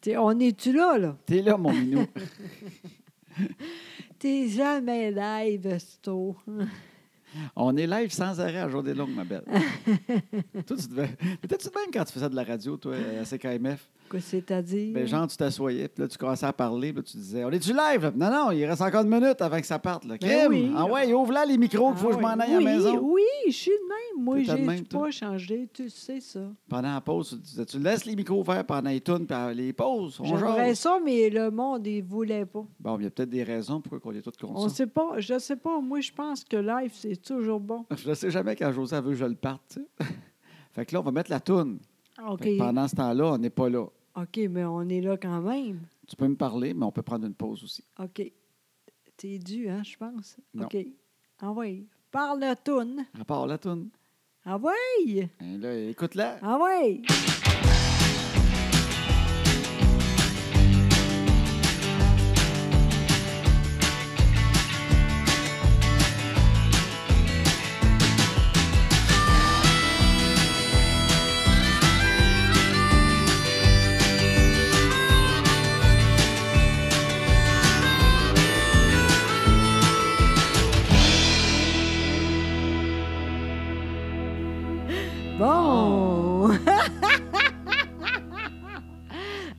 T'es- on est-tu là, là? T'es là, mon minou. T'es jamais live, Sto. On est live sans arrêt à jour des longues, ma belle. toi, tu devais... T'étais-tu de même quand tu faisais de la radio, toi, à CKMF? Quoi, c'est-à-dire? Ben, genre, tu t'assoyais, puis là, tu commençais à parler, puis là, tu disais, on est-tu live? là? Non, non, il reste encore une minute avant que ça parte. Là. Ben Crime! oui. ah ouais, ouvre là les micros, qu'il faut que je Ah oui. m'en aille à Oui, la maison. Oui, je suis de même. Moi, T'es de j'ai même, toi. pas changé, tu sais ça. Pendant la pause, tu disais, tu laisses les micros ouverts pendant les tunes, puis les pauses, on J'aimerais jase. ça, mais le monde, il voulait pas. Bon, il y a peut-être des raisons pourquoi on est tous contre On ça. sait pas, je sais pas. Moi, je pense que live, c'est toujours bon. Je ne sais jamais quand José veut que je le parte, tu sais. Fait que là, on va mettre la toune. OK. Fait que Ben, Pendant ce temps-là, on n'est pas là. OK, mais on est là quand même. Tu peux me parler, mais on peut prendre une pause aussi. OK. T'es dû, hein, je pense. Non. OK. Ah Envoyez. Parle la toune. À part la toune. Ah Envoyez. Hein, là, écoute-la. Envoyez. Oh. Bon.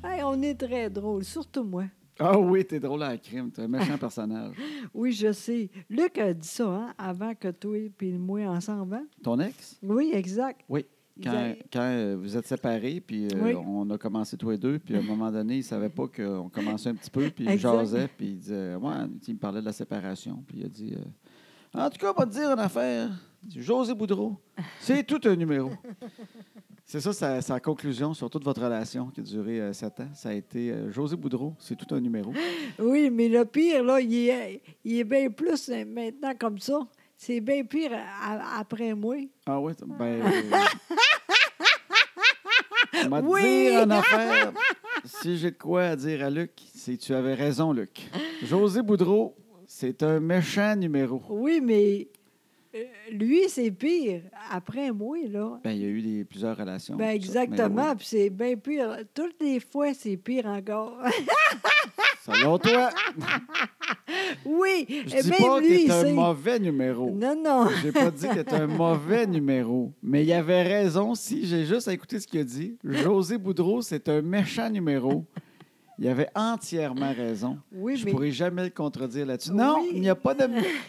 Hey, on est très drôle, surtout moi. Ah oui, t'es drôle à la crime. T'es un méchant personnage. Oui, je sais. Luc a dit ça hein, avant que toi et moi ensemble. hein? Ton ex, Oui, exact. Oui, quand, Exact. quand, euh, vous êtes séparés, puis euh, Oui. on a commencé tous les deux, puis à un moment donné, il savait pas qu'on commençait un petit peu, puis il Exact. jasait, puis il disait, ouais, il me parlait de la séparation, puis il a dit, euh, en tout cas, on va te dire une affaire. Il dit, José Boudreau, c'est tout un numéro. C'est ça sa, sa conclusion sur toute votre relation qui a duré euh, sept ans. Ça a été euh, José Boudreau, c'est tout un numéro. Oui, mais le pire, là, il est, il est bien plus euh, maintenant comme ça. C'est bien pire à- après moi. Ah oui, t- ben. euh, m'a Oui! dire en affaire, si j'ai de quoi à dire à Luc, c'est tu avais raison, Luc. José Boudreau, c'est un méchant numéro. Oui, mais euh, lui, c'est pire après moi, là. Ben, il y a eu des, plusieurs relations. Ben tout ça, mais exactement, oui. puis c'est bien pire. Toutes les fois, c'est pire encore. Selon toi, oui, je et dis même pas que Eh ben, lui, t'es un c'est... mauvais numéro. Non, non. J'ai pas dit que t'es un mauvais numéro. Mais il avait raison si j'ai juste à écouter ce qu'il a dit. José Boudreau, c'est un méchant numéro. Il avait entièrement raison. Oui, Je mais... pourrais jamais le contredire là-dessus. Non, Oui. il n'y a pas de.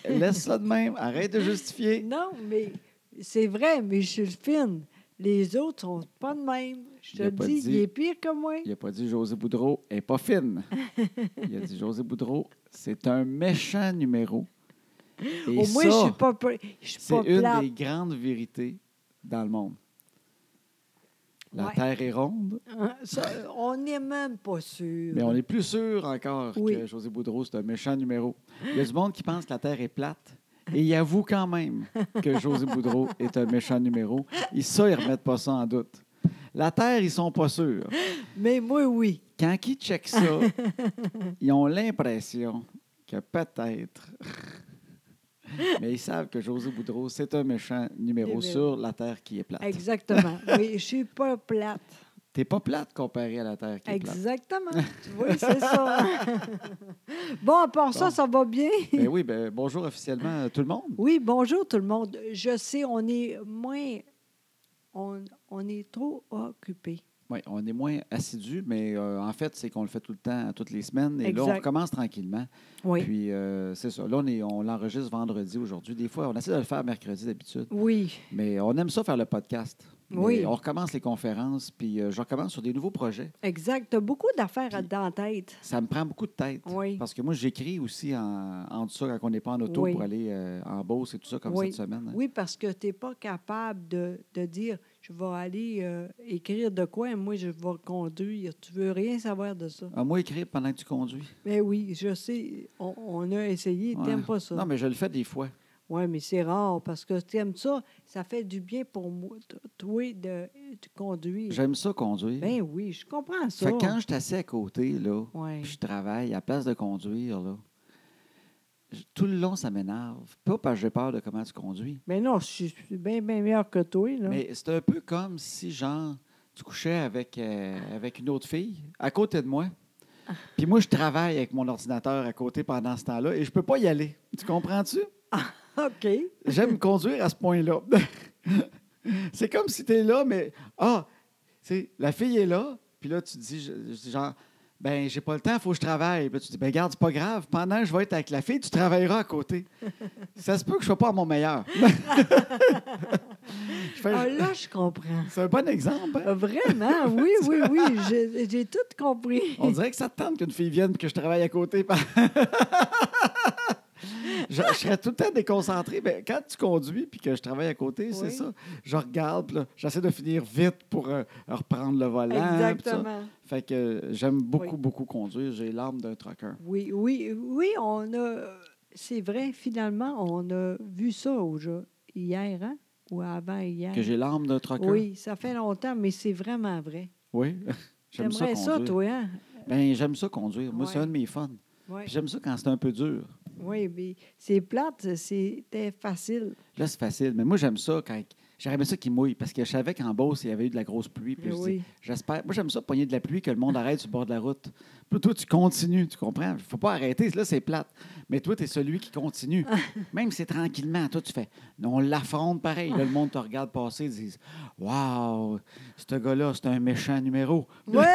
Laisse ça de même. Arrête de justifier. Non, mais c'est vrai, mais je suis le fine. Les autres sont pas de même. Je Il te a le pas dis, dit- il est pire que moi. Il n'a pas dit José Boudreau est pas fine. Il a dit José Boudreau, c'est un méchant numéro. Et Au moins, je ça, suis pas, pla- je suis c'est pas une plate. des grandes vérités dans le monde. La Ouais. Terre est ronde, Hein, ça, on n'est même pas sûr. mais on est plus sûr encore Oui. que José Boudreau, c'est un méchant numéro. Il y a du monde qui pense que la Terre est plate. Et il avoue quand même que José Boudreau est un méchant numéro. Et ça, ils ne remettent pas ça en doute. La Terre, ils sont pas sûrs. Mais moi, oui. Quand ils checkent ça, ils ont l'impression que peut-être. Mais ils savent que José Boudreau, c'est un méchant numéro Numéro. sur la Terre qui est plate. Exactement. Oui, je suis pas plate. T'es pas plate comparé à la Terre qui est plate. Exactement. Tu vois, c'est ça. bon, à part ça, Bon. ça va bien? Ben oui, ben bonjour officiellement à tout le monde. Oui, bonjour tout le monde. Je sais, on est moins. On, on est trop occupé. Oui, on est moins assidu, mais euh, en fait, c'est qu'on le fait tout le temps, toutes les semaines. Et là, on Exact. recommence tranquillement. Oui. Puis, euh, c'est ça. Là, on, est- on l'enregistre vendredi aujourd'hui. Des fois, on essaie de le faire mercredi d'habitude. Oui. Mais on aime ça faire le podcast. Mais Oui. On recommence les conférences, puis euh, je recommence sur des nouveaux projets. Exact. Tu as beaucoup d'affaires à- Puis- dans la tête. Ça me prend beaucoup de tête. Oui. Parce que moi, j'écris aussi en, en dessous quand on n'est pas en auto Oui. pour aller euh, en Beauce et tout ça, comme Oui. cette semaine. hein. Oui, parce que tu n'es pas capable de, de dire je vais aller euh, écrire de quoi et moi je vais conduire. Tu veux rien savoir de ça. Ah, moi, écrire pendant que tu conduis. Mais oui, je sais, on, on a essayé, Ouais. tu n'aimes pas Non, ça. mais je le fais des fois. Oui, mais c'est rare parce que tu aimes ça, ça fait du bien pour moi, t- toi, de, de conduire. J'aime ça conduire. Ben oui, je comprends ça. Fait que quand je suis assis à côté, là, Ouais. puis je travaille, à place de conduire, là, je- tout le long, ça m'énerve. Pas parce que j'ai peur de comment tu conduis. Mais non, je suis bien, bien meilleur que toi. Là. Mais c'est un peu comme si, genre, tu couchais avec, euh, avec une autre fille à côté de moi. Puis moi, je travaille avec mon ordinateur à côté pendant ce temps-là et je peux pas y aller. Tu comprends-tu? OK. J'aime conduire à ce point-là. c'est comme si tu es là, mais ah, tu sais, la fille est là, puis là, tu te dis, je- je dis genre, ben, j'ai pas le temps, faut que je travaille. Puis là, tu dis, ben, garde, c'est pas grave, pendant que je vais être avec la fille, tu travailleras à côté. Ça se peut que je sois pas à mon meilleur. Je fais- Ah, là, je comprends. c'est un bon exemple. hein? Ah, Vraiment, oui, oui, oui. J'ai j'ai tout compris. On dirait que ça te tente qu'une fille vienne et que je travaille à côté. je, je serais tout le temps déconcentré. Mais quand tu conduis puis que je travaille à côté, c'est Oui. ça. Je regarde, puis là, j'essaie de finir vite pour euh, reprendre le volant. puis ça. Exactement. Fait que euh, j'aime beaucoup, Oui. beaucoup conduire. J'ai l'âme d'un trucker. Oui, oui, oui, on a. C'est vrai, finalement, on a vu ça aujourd'hui, hier, hein? Ou avant hier. Que j'ai l'âme d'un trucker. Oui, ça fait longtemps, mais c'est vraiment vrai. Oui. j'aime ça J'aimerais conduire. ça, toi, hein? Ben, j'aime ça conduire. Moi, c'est Ouais. un de mes fun. Oui, J'aime ça quand c'est un peu dur. oui, mais c'est plate, c'était facile. Là, c'est facile. Mais moi, j'aime ça quand. J'aurais aimé ça qu'il mouille parce que je savais qu'en Beauce, il y avait eu de la grosse pluie. Puis je dis, Oui. J'espère. Moi, j'aime ça, pogner de la pluie, que le monde arrête sur le bord de la route. Puis toi, tu continues, tu comprends? faut pas arrêter, là, c'est plate. Mais toi, tu es celui qui continue. Même si c'est tranquillement, toi, tu fais. On l'affronte pareil. Là, le monde te regarde passer, ils disent Waouh, ce gars-là, c'est un méchant numéro. Oui!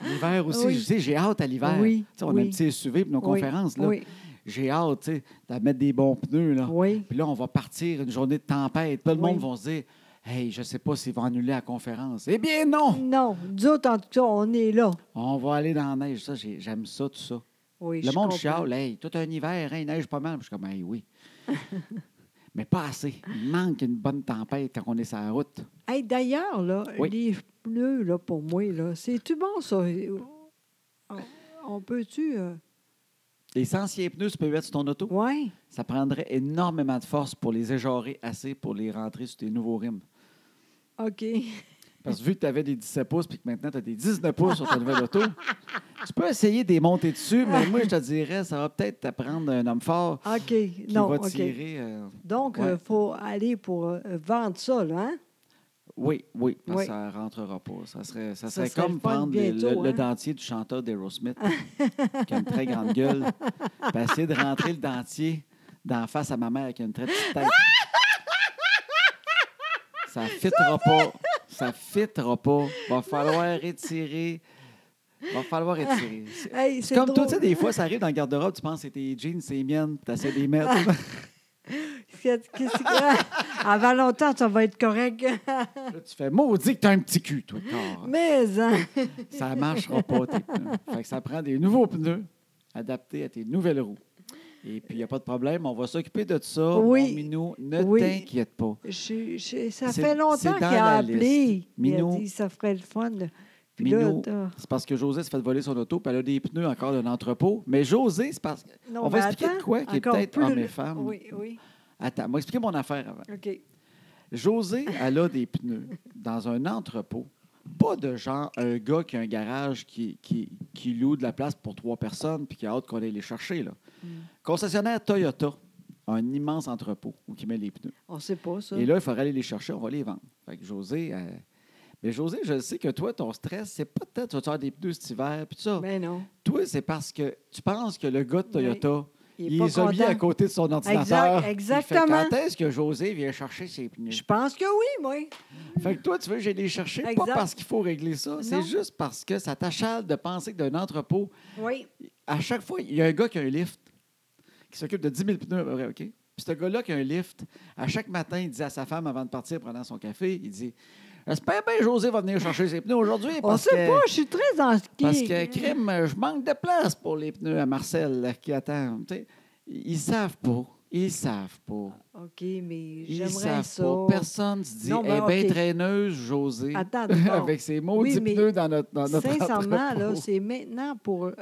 L'hiver aussi, Oui. je sais, j'ai hâte à l'hiver. Oui, Tu sais, on a oui. un petit SUV pour nos Oui, conférences. Là. oui, J'ai hâte, tu sais, de mettre des bons pneus. Là. oui. Puis là, on va partir une journée de tempête. Tout le monde Oui. va se dire Hey, je sais pas s'ils vont annuler la conférence. Eh bien, non! Non, nous autres, en tout cas, on est là. On va aller dans la neige, ça, j'ai- j'aime ça, tout ça. Oui, le je monde comprends. chiale, hey, tout un hiver, hein, il neige pas mal. Puis Je suis comme, hey, oui. Mais pas assez. Il manque une bonne tempête quand on est sur la route. Hey, D'ailleurs, là, Oui. les pneus, là, pour moi, là, c'est-tu bon, ça? On, on peut-tu... euh, Les sentiers pneus, tu peux les mettre sur ton auto. Oui, Ça prendrait énormément de force pour les éjarrer assez pour les rentrer sur tes nouveaux rimes. OK. Parce que vu que tu avais des 17 pouces puis que maintenant tu as des 19 pouces sur ta nouvelle auto, tu peux essayer de les monter dessus, mais moi, je te dirais, ça va peut-être t'apprendre un homme fort OK, qui non, va OK. tirer. euh, Donc, il Ouais. faut aller pour euh, vendre ça, là, hein? Oui, oui, parce Oui. que Ah, ça ne rentrera pas. Ça serait, ça Ça serait serait comme le fun prendre le- le, bientôt, le hein? dentier du chanteur d'Aerosmith, qui a une très grande gueule, puis essayer de rentrer le dentier d'en face à ma mère qui a une très petite tête. Ça ne fittera pas. Ça ne fittera pas. Va falloir étirer. Va falloir étirer. C'est- Hey, C'est comme toi, drôle. tu sais, des fois, ça arrive dans le garde-robe, tu penses que c'est tes jeans, c'est les miennes, tu essaies de les mettre. Qu'est-ce- qu'est-ce que- Avant longtemps, ça va être correct. Là, tu fais maudit que t'as un petit cul, toi, corps. Mais, hein, ça ne marchera pas, tes pneus. Fait que ça prend des nouveaux pneus adaptés à tes nouvelles roues. Et puis, il n'y a pas de problème, on va s'occuper de ça. Oui. Mon Minou, ne Oui. t'inquiète pas. je- je- ça C'est- fait c'est longtemps dans qu'il la a appelé. liste. Il Minou. a dit ça ferait le fun. Puis Minou, là, t'as- c'est parce que José s'est fait voler son auto, puis elle a des pneus encore d'un entrepôt. Mais José, c'est parce que. Non, on va mais expliquer de attends, quoi qui est encore peut-être plus homme le- et femme. Oui, oui, Attends, moi, expliquer mon affaire avant. OK. José, elle a des pneus dans un entrepôt. Pas de genre un gars qui a un garage qui, qui, qui loue de la place pour trois personnes puis qui a hâte qu'on aille les chercher. Là. Mm. Concessionnaire Toyota a un immense entrepôt où il met les pneus. On sait pas, ça. Et là, il faudrait aller les chercher, on va les vendre. Fait que José, euh, mais José, je sais que toi, ton stress, c'est pas peut-être tu vas te faire des pneus cet hiver puis tout ça. Mais Ben non, Toi, c'est parce que tu penses que le gars de Toyota, il il, est pas les a mis content. à côté de son ordinateur. Il fait, exactement. Quand est-ce que José vient chercher ses pneus? Je pense que oui, moi. Fait que toi, tu veux, j'ai les chercher, pas Exact. parce qu'il faut régler ça, c'est Non. juste parce que ça t'achale de penser que d'un entrepôt, Oui. à chaque fois, il y a un gars qui a un lift, qui s'occupe de 10 000 pneus, à peu près, OK? Puis ce gars-là qui a un lift, à chaque matin, il dit à sa femme avant de partir prendre son café, il dit J'espère bien que José va venir chercher ses pneus aujourd'hui On parce sait que. pas, je suis très en ski. Parce que, crime, je manque de place pour les pneus à Marcel là, qui attend. tu sais. Ils savent pas. Ils savent pas. OK, mais Ils j'aimerais savent ça. pas. Personne se dit, Non, eh mais bien, OK. traîneuse, José. Attends, d'abord. Avec ses maudits Oui, mais pneus dans notre, dans notre Sincèrement, là, entrepôt. c'est maintenant pour euh,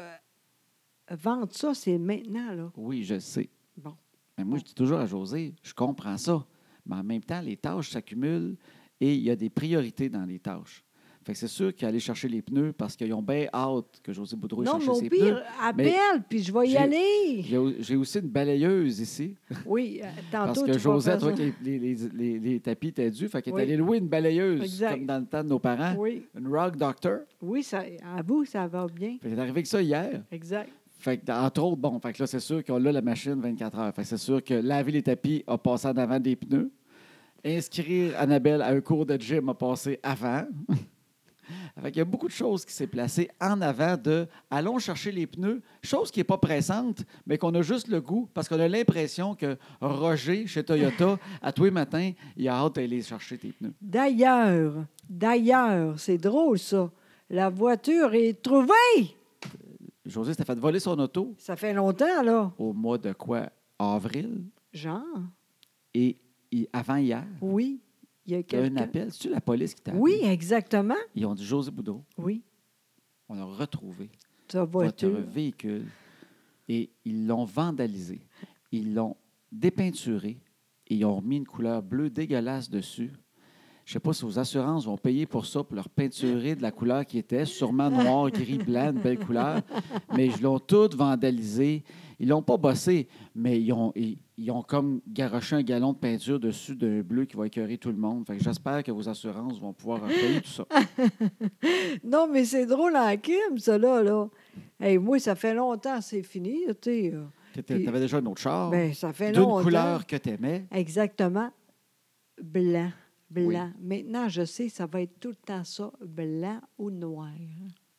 vendre ça, c'est maintenant, là. Oui, je sais. Bon. Mais moi, je dis toujours à José, je comprends ça. Mais en même temps, les tâches s'accumulent et il y a des priorités dans les tâches. Fait que c'est sûr qu'il allait chercher les pneus parce qu'ils ont bien hâte que José Boudreau ait Non, mais cherché au ses pneus. pire, appelle, puis je vais y j'ai- aller. J'ai au- J'ai aussi une balayeuse ici Oui, euh, parce tantôt, que tu vas faire Josette, ça. toi, qui- les, les, les, les tapis étaient dus, fait qu'elle est Oui. allée louer une balayeuse Exact. comme dans le temps de nos parents, Oui, une Rock Doctor. oui ça, avoue que ça va bien. Fait que c'est arrivé que ça hier. Exact. Fait que, entre autres, bon, fait que là, c'est sûr qu'on a la machine 24 heures. Fait que c'est sûr que laver les tapis a passé en avant des pneus. Inscrire Annabelle à un cours de gym a passé avant. fait qu'il y a beaucoup de choses qui s'est placées en avant de allons chercher les pneus, chose qui n'est pas pressante, mais qu'on a juste le goût parce qu'on a l'impression que Roger, chez Toyota, à tous les matins, il a hâte d'aller chercher tes pneus. D'ailleurs, d'ailleurs, c'est drôle ça. La voiture est trouvée. José s'est fait voler son auto Ça fait longtemps, là. au mois de quoi? Avril Genre, et et avant-hier. oui. Il y a Il y a un quelqu'un. appel. C'est-tu la police qui t'a appelé? Oui, exactement. Ils ont dit José Boudreau, Oui, on a retrouvé ta votre voiture. véhicule et ils l'ont vandalisé. Ils l'ont dépeinturé et ils ont remis une couleur bleue dégueulasse dessus. Je ne sais pas si vos assurances vont payer pour ça, pour leur peinturer de la couleur qui était, sûrement noir, gris, blanc, une belle couleur, mais ils l'ont toute vandalisé. Ils l'ont pas bossé, mais ils ont, ils, ils ont comme garoché un galon de peinture dessus d'un bleu qui va écœurer tout le monde. Fait que j'espère que vos assurances vont pouvoir payer tout ça. Non, mais c'est drôle en Kim, ça, là. là. Hey, moi, ça fait longtemps, c'est fini, tu sais. euh. T'étais- T'avais déjà un autre char. Ben, ça fait longtemps. Oh, d'une couleur que tu aimais. Exactement. Blanc. Blanc. Maintenant, je sais, ça va être tout le temps ça, blanc ou noir.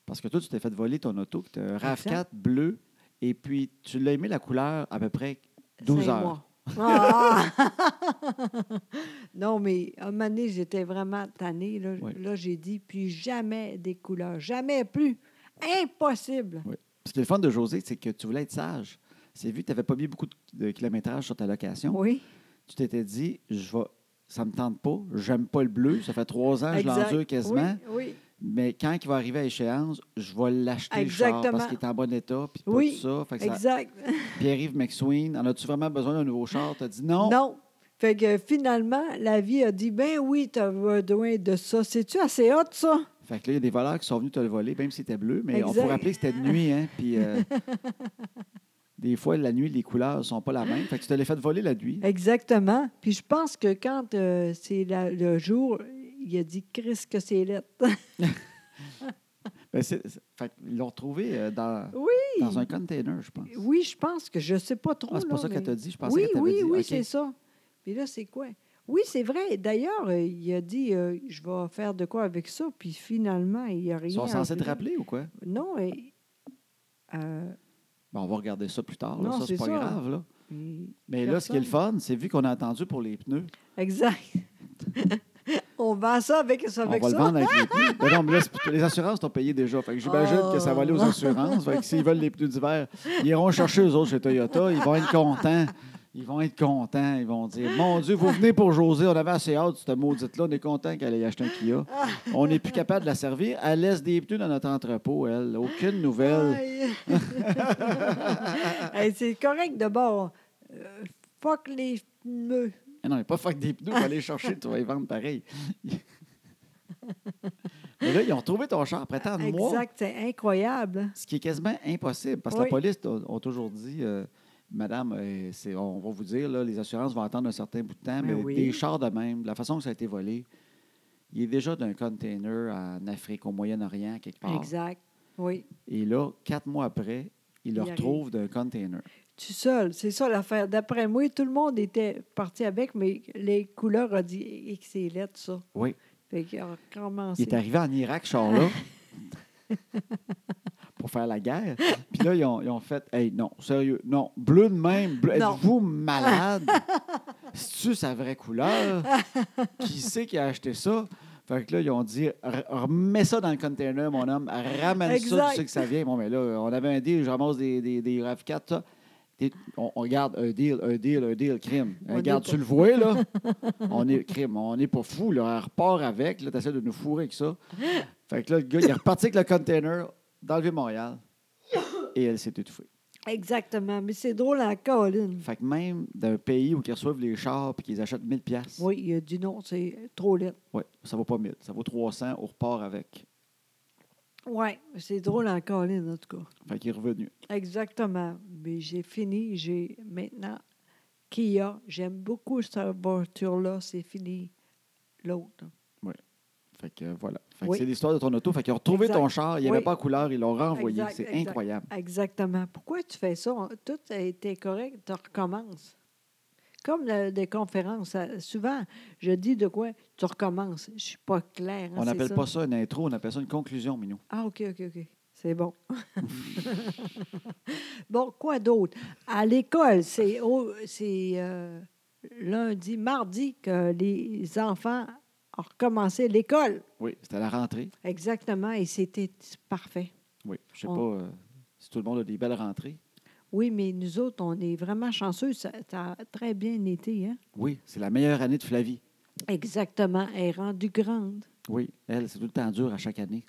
Parce que toi, tu t'es fait voler ton auto, qui était un RAV4 Exact. bleu, et puis tu l'as aimé la couleur à peu près 12 Cinq heures. mois. Ah! non, mais à un moment donné, j'étais vraiment tannée. Là, Oui. Là, j'ai dit, puis jamais des couleurs, jamais plus. Impossible. Parce que le fun de José, c'est que tu voulais être sage. C'est vu que tu n'avais pas mis beaucoup de- de kilométrage sur ta location. Oui, Tu t'étais dit, je vais. Ça me tente pas, j'aime pas le bleu, ça fait trois ans que Ah, je exact. l'endure quasiment, Oui, oui. mais quand il va arriver à échéance, je vais l'acheter le char Exactement. parce qu'il est en bon état, puis pas Oui, tout ça. Fait que ça- Exact. Pierre-Yves McSween, en as-tu vraiment besoin d'un nouveau char? T'as dit non. Non. Fait que finalement, la vie a dit, ben oui, t'as besoin de ça. C'est-tu assez hot, ça? Fait que là, il y a des voleurs qui sont venus te le voler, même si c'était bleu, mais on Exact. peut rappeler que c'était de nuit, hein. Puis euh, des fois, la nuit, les couleurs sont pas la même. Fait que tu te l'es fait voler la nuit. Eh. Exactement. Puis je pense que quand euh, c'est la- le jour, il a dit, Chris, que c'est lettre. Ben, c'est- c'est- fait qu'ils l'ont retrouvé euh, dans, Oui. dans un container, je pense. Oui, je pense que je ne sais pas trop. Ah, c'est là, pas ça mais- qu'elle t'a dit. Je pensais oui, qu'elle t'avait oui, dit. oui, OK. c'est ça. Puis là, c'est quoi? Oui, c'est vrai. D'ailleurs, euh, il a dit euh, je vais faire de quoi avec ça. Puis finalement, il n'y a rien. Ils sont en censés te plus. rappeler ou quoi? Non, et- euh, Ben, on va regarder ça plus tard. là. Non, ça, c'est c'est pas ça. grave, là. il- Mais là, ce qui est le fun, c'est vu qu'on a entendu pour les pneus, Exact. On vend ça avec ça. Avec on va ça. le vendre avec les pneus. Ben non, mais là, c'est- les assurances t'ont payé déjà. Fait que j'imagine que ça va aller aux Oh. assurances. Fait que s'ils veulent les pneus d'hiver, ils iront chercher eux autres chez Toyota. Ils vont être contents. Ils vont être contents. Ils vont dire Mon Dieu, vous venez pour José. On avait assez hâte, de cette maudite-là. On est content qu'elle ait acheté un Kia. On n'est plus capable de la servir. Elle laisse des pneus dans notre entrepôt, elle. Aucune nouvelle. Aïe. Hey, c'est correct de bord. Euh, fuck les pneus. Ah non, mais pas fuck des pneus. Faut aller chercher. Tu vas les vendre pareil. Mais là, ils ont retrouvé ton char après tant de mois. Exact, c'est incroyable. hein. Ce qui est quasiment impossible, parce que la Oui. police a, a toujours dit, euh, Madame, euh, c'est- on va vous dire, là, les assurances vont attendre un certain bout de temps, mais Ben oui. des chars de même, la façon que ça a été volé, il est déjà d'un container en Afrique, au Moyen-Orient, quelque part. Exact. Oui. Et là, quatre mois après, il le Il retrouve d'un container. tout seul. C'est ça l'affaire. D'après moi, tout le monde était parti avec, mais les couleurs ont dit et que c'est lettre, ça. Oui. Fait qu'il a Il commencé. est arrivé en Irak, ce char-là. Pour faire la guerre. Puis là, ils ont, ils ont fait Hey, non, sérieux, non, bleu de même, bleu, Non. êtes-vous malade C'est-tu sa vraie couleur Qui c'est qui a acheté ça Fait que là, ils ont dit R- Remets ça dans le container, mon homme, ramène ça, Exact. tu sais que ça vient. Bon, mais là, on avait un deal, je ramasse des, des, des RAV4, ça. T'es- On, on garde un deal, un deal, un deal, crime. Hein, On Regarde, est tu le vois, là? On est crime, on est pas fou, là. Elle repart avec, là, t'essaies de nous fourrer avec ça. Fait que là, le gars, il est reparti avec le container dans le Vieux-Montréal et elle s'est étouffée. Exactement. Mais c'est drôle en colline. Fait que même d'un pays où ils reçoivent les chars et qu'ils achètent 1000 pièces, Oui, il a dit non, c'est trop laid. ça vaut pas 1000, ça vaut 300, on repart avec. Oui, c'est drôle en colline, en tout cas. Fait qu'il est revenu. Exactement. Mais j'ai fini. J'ai maintenant Kia. J'aime beaucoup cette voiture-là. C'est fini. L'autre. Fait que euh, voilà. Fait que Oui. c'est l'histoire de ton auto. Fait qu'ils ont retrouvé Exact. ton char, il n'y avait Oui. pas la couleur, ils l'ont renvoyé. Exact, C'est exact. incroyable. Exactement. Pourquoi tu fais ça? On- Tout a été correct, tu recommences. Comme le- des conférences, ça- souvent, je dis de quoi tu recommences. Je ne suis pas claire. hein, on c'est n'appelle ça. pas ça une intro, on appelle ça une conclusion, Minou. Ah, OK, OK, OK. C'est bon. bon, quoi d'autre? À l'école, c'est au- c'est, euh, lundi, mardi que les enfants ont recommencé l'école. Oui, c'était la rentrée. Exactement, et c'était parfait. Oui, je sais On- pas euh, si tout le monde a des belles rentrées. Oui, mais nous autres, on est vraiment chanceux. Ça, ça a très bien été. Hein? Oui, c'est la meilleure année de Flavie. Exactement. Elle est rendue grande. Oui, elle, c'est tout le temps dur à chaque année.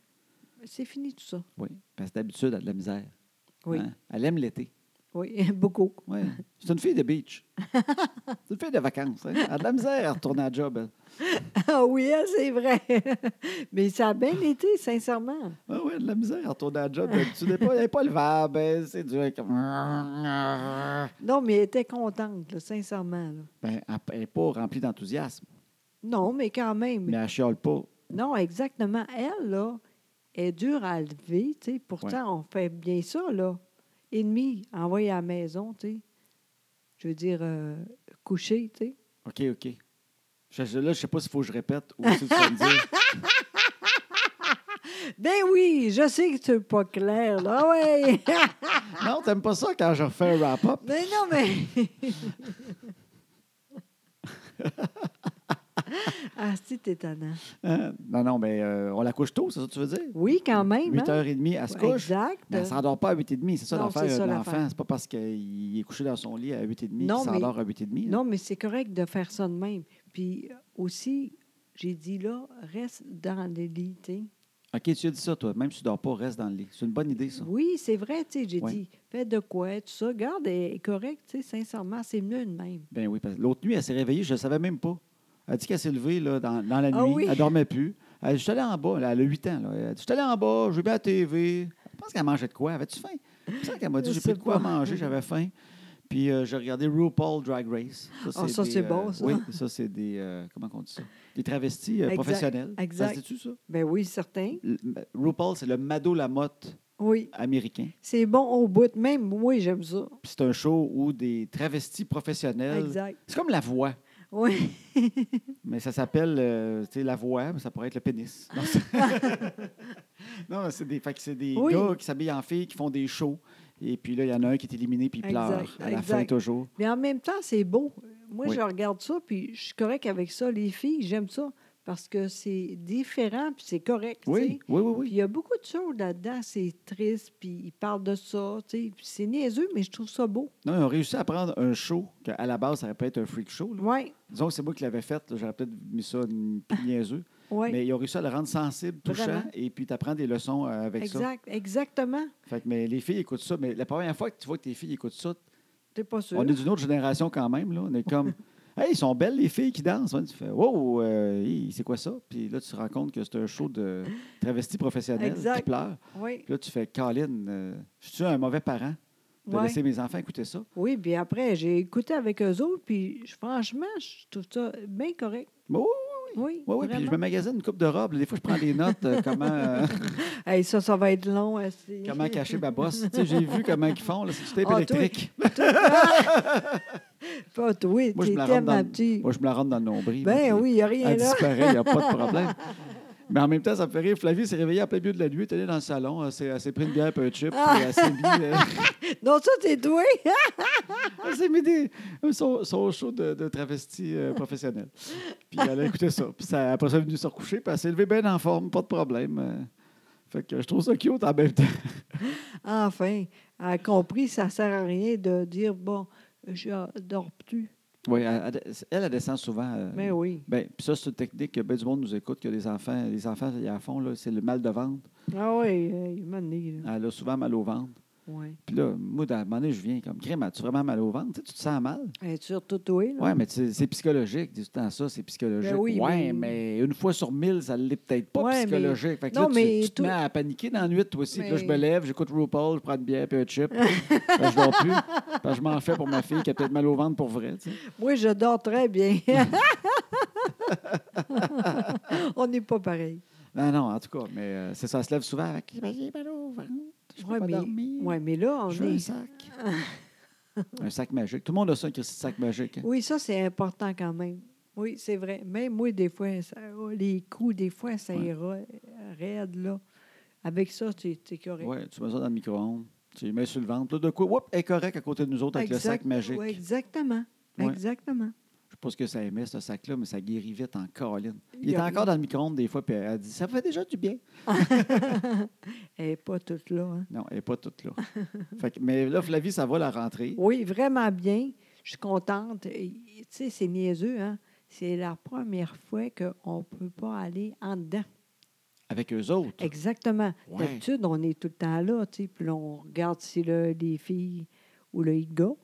C'est fini tout ça. Oui, parce que d'habitude, elle a de la misère. Oui, hein. Elle aime l'été. oui, beaucoup. Oui. C'est une fille de beach. c'est une fille de vacances. hein. Elle a de la misère à retourner à job. elle. Ah oui, hein, c'est vrai. mais ça a bien été, sincèrement. Ah oui, elle a de la misère à retourner à job. D'habitude, elle n'est pas, elle est pas levable. elle, C'est dur. elle est comme- ben, Non, mais elle était contente, là, sincèrement. là. Ben, elle n'est pas remplie d'enthousiasme, Non, mais quand même. mais elle chiale pas. Non, exactement. Elle, là, est dure à lever. tu sais. Pourtant, on fait bien ça, là. Et demi, envoyé à la maison, tu sais. Je veux dire, euh, coucher, tu sais. OK, OK. Je- je- là, je sais pas s'il faut que je répète ou si tu vas me dire. Ben oui, je sais que tu n'es pas clair, là. Ah ouais. Non, t'aimes pas ça quand je refais un wrap-up? mais non, mais. ah, c'est étonnant. Hein? Non, non, mais euh, on la couche tôt, c'est ça que tu veux dire? Oui, quand même. 8h30, 8h30, elle se couche. Exact. Mais elle s'endort pas à 8h30, c'est ça Non, c'est l'affaire ça, de l'affaire. l'enfant. C'est pas parce qu'il est couché dans son lit à 8h30 qu'il Non, mais- s'endort à 8h30. Non, mais c'est correct de faire ça de même. Puis euh, aussi, j'ai dit là, reste dans le lit. tu sais. OK, tu as dit ça, toi. Même si tu dors pas, reste dans le lit. C'est une bonne idée, ça. Oui, c'est vrai, tu sais, j'ai Ouais. dit, fais de quoi, tout ça. Garde, elle est correct, tu sais, sincèrement, c'est mieux de même. Ben oui, parce que l'autre nuit, elle s'est réveillée, je ne savais même pas. Elle dit qu'elle s'est levée là, dans, dans la nuit, Ah oui? elle dormait plus. Elle dit, je suis allée en bas, là, elle a 8 ans. Là. Elle dit, je suis allée en bas, j'ai bu à la TV. Je pense qu'elle mangeait de quoi? Avais-tu faim? Je pense qu'elle m'a dit, Je j'ai sais plus de pas. quoi manger, j'avais faim. Puis euh, j'ai regardé RuPaul Drag Race. Ah, ça, des, euh, c'est bon, ça. Oui, ça, c'est des, euh, comment on dit ça? Des travestis euh, Exact, professionnels. exact. tu ça? Ben oui, certain. Le- RuPaul, c'est le Mado Lamotte Oui, américain. c'est bon au bout. Même moi, j'aime ça. Puis c'est un show où des travestis professionnels... Exact. C'est comme la voix. Oui. Mais ça s'appelle, euh, tu sais, la voix, mais ça pourrait être le pénis. Non, c'est- Non, mais c'est des, fait que c'est des Oui. gars qui s'habillent en filles, qui font des shows. Et puis là, il y en a un qui est éliminé, puis il pleure Exact, à la exact. fin toujours. Mais en même temps, c'est beau. Moi, Oui. je regarde ça, puis je suis correct avec ça. Les filles, j'aime ça parce que c'est différent, puis c'est correct. tu sais. Oui, oui, oui, Puis oui. il y a beaucoup de choses là-dedans, c'est triste, puis ils parlent de ça, tu sais, puis c'est niaiseux, mais je trouve ça beau. Non, ils ont réussi à prendre un show qu'à la base, ça aurait pu être un freak show. là. Oui, Disons que c'est moi qui l'avais fait, là, j'aurais peut-être mis ça une plus niaiseux. oui. Mais ils ont réussi à le rendre sensible, touchant, Vraiment. et puis tu apprends des leçons euh, avec Exact, exactement. ça. Fait que, mais les filles écoutent ça. Mais la première fois que tu vois que tes filles écoutent ça, T'es pas sûr. On est d'une autre génération quand même. Là. On est comme, hey, ils sont belles les filles qui dansent. Ouais, tu fais, wow, euh, hey, c'est quoi ça? Puis là, tu te rends compte que c'est un show de travestis professionnels qui Exact. pleurent. Oui, Puis là, tu fais, Colin, euh, je suis un mauvais parent de Ouais. laisser mes enfants écouter ça. oui, puis après, j'ai écouté avec eux autres, puis je- franchement, je trouve ça bien correct. Mais oui, Oui, oui, oui. Puis je me vraiment. magasine une coupe de robe. Des fois, je prends des notes euh, comment, euh, Hey, ça, ça va être long. hein, assez. comment cacher ma bosse. Tu sais, J'ai vu comment ils font. là, C'est du tape Ah, toi, électrique. Pas toi, Moi, je me la t'étais rentre dans ma le- petite. Moi, je me la rentre dans le nombril. Ben puis- oui, il n'y a Elle rien là. disparaît, il n'y a pas de problème. Mais en même temps, ça me fait rire. Flavie s'est réveillée en plein milieu de la nuit, elle est allée dans le salon, elle s'est, elle s'est pris une bière et un chip, puis elle s'est mis, euh, Non, ça, c'est toi. hein? elle s'est mis des, son, son show de, de travesti euh, professionnel. Puis elle a écouté ça. Puis ça, après, ça, elle est venue se recoucher, puis elle s'est levée bien en forme, pas de problème. euh. Fait que je trouve ça cute en même temps. Enfin, elle a compris, ça ne sert à rien de dire, bon, je dors plus. Oui, elle, elle- elle, elle descend souvent. euh, Mais oui. ben, puis ça, c'est une technique que ben du monde nous écoute, que les enfants, les enfants, ils la font, là, c'est le mal de ventre. Ah oui, euh, il m'a né, là. Elle a souvent mal au ventre. Oui. Puis là, moi, à un moment donné, je viens comme crème, as-tu vraiment mal au ventre? Tu sais, tu te sens mal? Es-tu retoué, là? Oui, mais tu sais, c'est psychologique. Dis tout le temps ça, c'est psychologique. Ben oui, oui, ouais, mais... mais- une fois sur mille, ça l'est peut-être pas Ouais, mais- psychologique. Fait que Non, là, tu- mais tu, te tout- mets à paniquer dans la nuit, toi aussi. Puis là, je me Mais- lève, j'écoute RuPaul, je prends une bière puis un chip. Ben, je dors plus. Ben, je m'en fais pour ma fille qui a peut-être mal au ventre pour vrai. tu sais. Moi, je dors très bien. On n'est pas pareil. Non, non, en tout cas, mais euh, c'est ça, elle se lève souvent avec. Ben, J'ai mal au ventre, je peux Ouais, pas mais, dormir. ouais, mais là, on je veux un est. sac. un sac magique. Tout le monde a ça, un Christy de sac magique. hein. Oui, ça, c'est important quand même. Oui, c'est vrai. Même moi, des fois, ça- oh, les coups, des fois, ça Ouais. ira raide, là. Avec ça, tu es correct. Ouais, tu mets ça dans le micro-ondes. Tu les mets sur le ventre. Là, de quoi? Oups, elle est correct à côté de nous autres avec le sac Exact- magique. ouais, exactement. Ouais. Exactement. Je sais pas ce que ça aimait, ce sac-là, mais ça guérit vite en colline. Il Il y est a encore rien. dans le micro-ondes des fois, puis elle dit Ça fait déjà du bien. Elle n'est pas toute là. hein. Non, elle n'est pas toute là. Fait que- mais là, Flavie, ça va la rentrée. Oui, vraiment bien. Je suis contente. Et, Tu sais, c'est niaiseux, hein? C'est la première fois qu'on ne peut pas aller en dedans. Avec eux autres. Exactement. Ouais. D'habitude, on est tout le temps là, tu sais, puis là, on regarde si le, les filles ou le gars,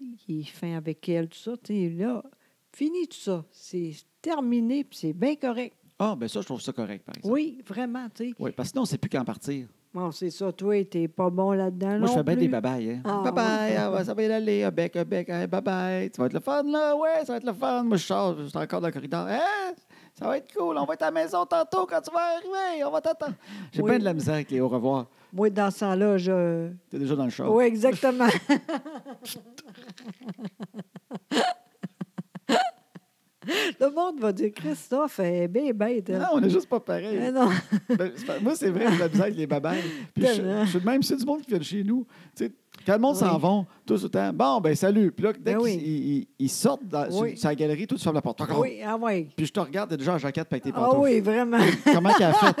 il est fin avec elles, tout ça, tu sais, là, fini tout ça. C'est terminé, puis c'est bien correct. Ah, ben ça, je trouve ça correct, par exemple. Oui, vraiment, tu sais. Oui, parce que sinon, on ne sait plus quand partir. Bon, c'est ça, toi, t'es pas bon là-dedans, Moi, je non fais bien des plus. babayes. Hein. Ah, bye-bye, ouais. ah ouais, ça va y aller. Un bec, un bec, hey, ah, bye-bye. Ça va être le fun, là. Ouais, ça va être le fun. Moi, je sors, je suis encore dans le corridor. Hein? Ça va être cool. On va être à la maison tantôt quand tu vas arriver. On va t'attendre. J'ai Oui. bien de la misère avec les au revoir. Moi, dans ce sens-là, je... T'es déjà dans le char. Oui, exactement. le monde va dire, Christophe, elle est bien bête. elle. Non, on n'est juste pas pareil. Mais non. Ben, c'est pas- moi, c'est vrai, j'ai de la misère avec les babayes. Puis je, Tellement. je suis de même, c'est du monde qui vient de chez nous. Tu sais, quand le monde Oui. s'en va, tout le temps, bon, ben salut. Puis là, dès Ben qu'ils oui. ils- ils- ils sortent dans, sur- Oui. sur la galerie, tout, tu fermes la porte. Oui, ah oui. Puis je te regarde, t'es déjà en jaquette avec tes Ah pantoufles. oui, vraiment. Comment qu'elle a fait?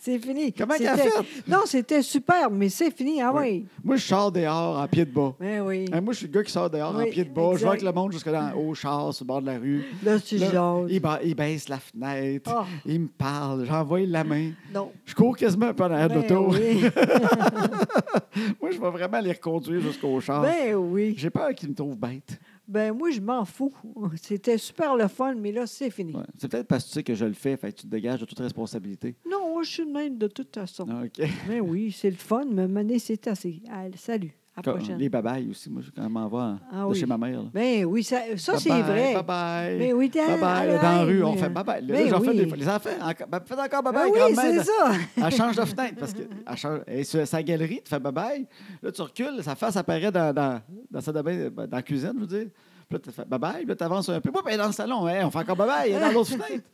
C'est fini. Comment qu'elle a C'était- fait? Non, c'était super, mais c'est fini. Ah oui. Moi, je sors dehors en pied de bas. Ben oui. Hein, moi, je suis le gars qui sort dehors en Oui, pied de bas. Je vois exact. avec le monde jusque dans au char, sur le bord de la rue. Là, tu Là, jases. il, ba- il baisse la fenêtre. Ah. Il me parle. J'envoie la main. Non. Je cours quasiment un peu en arrière de Ben l'auto. oui. Moi, je vais vraiment les reconduire jusqu'au char. Ben oui. J'ai peur qu'ils me trouvent bête. Ben moi, je m'en fous. C'était super le fun, mais là, c'est fini. Ouais. C'est peut-être parce que tu sais que je le fais, fait que tu te dégages de toute responsabilité. Non, moi, je suis de même de toute façon. Ah, OK. Ben oui, c'est le fun, mais maintenant, c'est assez. Allez, salut. À la Comme prochaine. Les babayes aussi, moi, je- quand je m'en vais en- Ah de oui. chez ma mère. là. Ben oui, ça, ça, c'est Bye-bye, vrai. Bye-bye. Ben oui, Bye bye. Dans la rue, on fait bye bye. Là, Ben j'en fais des oui. fois. Les enfants, encore, ben, faites encore bye Ben bye, oui, grand-mère. c'est ça. Elle change de fenêtre parce que elle change, elle est sur sa galerie, tu fais bye bye. Là, tu recules, sa face apparaît dans, dans, dans, sa, domaine- dans la cuisine, je veux dire. Puis là, tu fais bye bye, puis là, tu avances un peu. Puis elle est dans le salon, Hey, on fait encore bye bye, elle est dans l'autre fenêtre.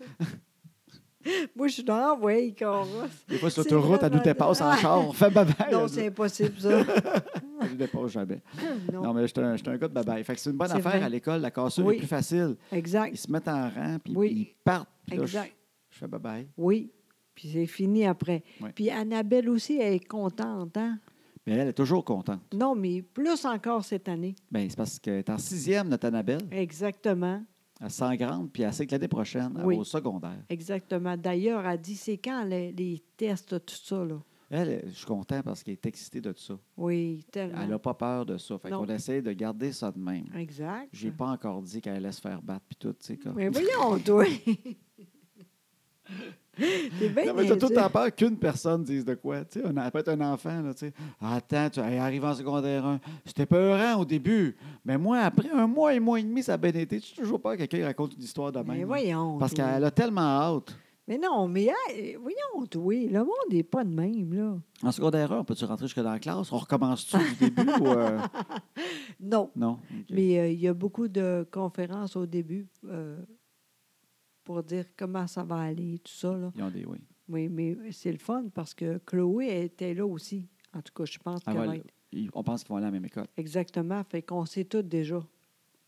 Moi, je suis dans ouais, Coros. Des fois, sur C'est l'autoroute, elle nous vraiment- dépasse en char, on fait bye bye. Non, c'est impossible, ça. Elle nous dépasse jamais. Non. Non, mais j'étais un, j'étais un gars de bye Fait que c'est une bonne C'est affaire vrai. à l'école, la cassure Oui. est plus facile. Ils Exact. se mettent en rang, puis Oui. ils partent. Puis là, Exact. Je, je fais bye bye. Oui. Puis c'est fini après. Oui. Puis Annabelle aussi, elle est contente, hein? Mais elle est toujours contente. Non, mais plus encore cette année. Bien, c'est parce qu'elle est en sixième, notre Annabelle. Exactement. Elle s'en grande, puis elle sait que l'année prochaine, elle Oui. va au secondaire. Exactement. D'ailleurs, elle dit, c'est quand les, les tests, tout ça, là? Elle, euh, je suis content parce qu'elle est excitée de ça. Oui, Elle n'a tellement. pas peur de ça. Fait Non. qu'on essaie de garder ça de même. Exact. J'ai pas encore dit qu'elle allait se faire battre, puis tout, tu sais, comme... Mais voyons, toi! T'es bien Non, mais t'as tout niaiseux. le temps peur qu'une personne dise de quoi. Tu sais, on a peut-être un enfant, là, tu sais. Attends, tu elle arrive en secondaire 1. C'était peurant au début. Mais moi, après un mois et mois et demi, ça a bien été. Tu toujours peur que quelqu'un raconte une histoire de Mais même. là. voyons. Parce toi. qu'elle a tellement hâte. Mais non, mais hey, voyons, toi, le monde n'est pas de même, là. En secondaire 1, on peut-tu rentrer jusque dans la classe? On recommence-tu du début ou... euh, Non. Non. OK. Mais euh, il y a beaucoup de conférences au début euh, pour dire comment ça va aller, tout ça, là. Ils ont des oui. Oui, mais c'est le fun parce que Chloé était là aussi. En tout cas, je pense Ah, qu'elle voilà. va être- Ils- On pense qu'ils vont aller à la même école. Exactement. Fait qu'on sait tout déjà.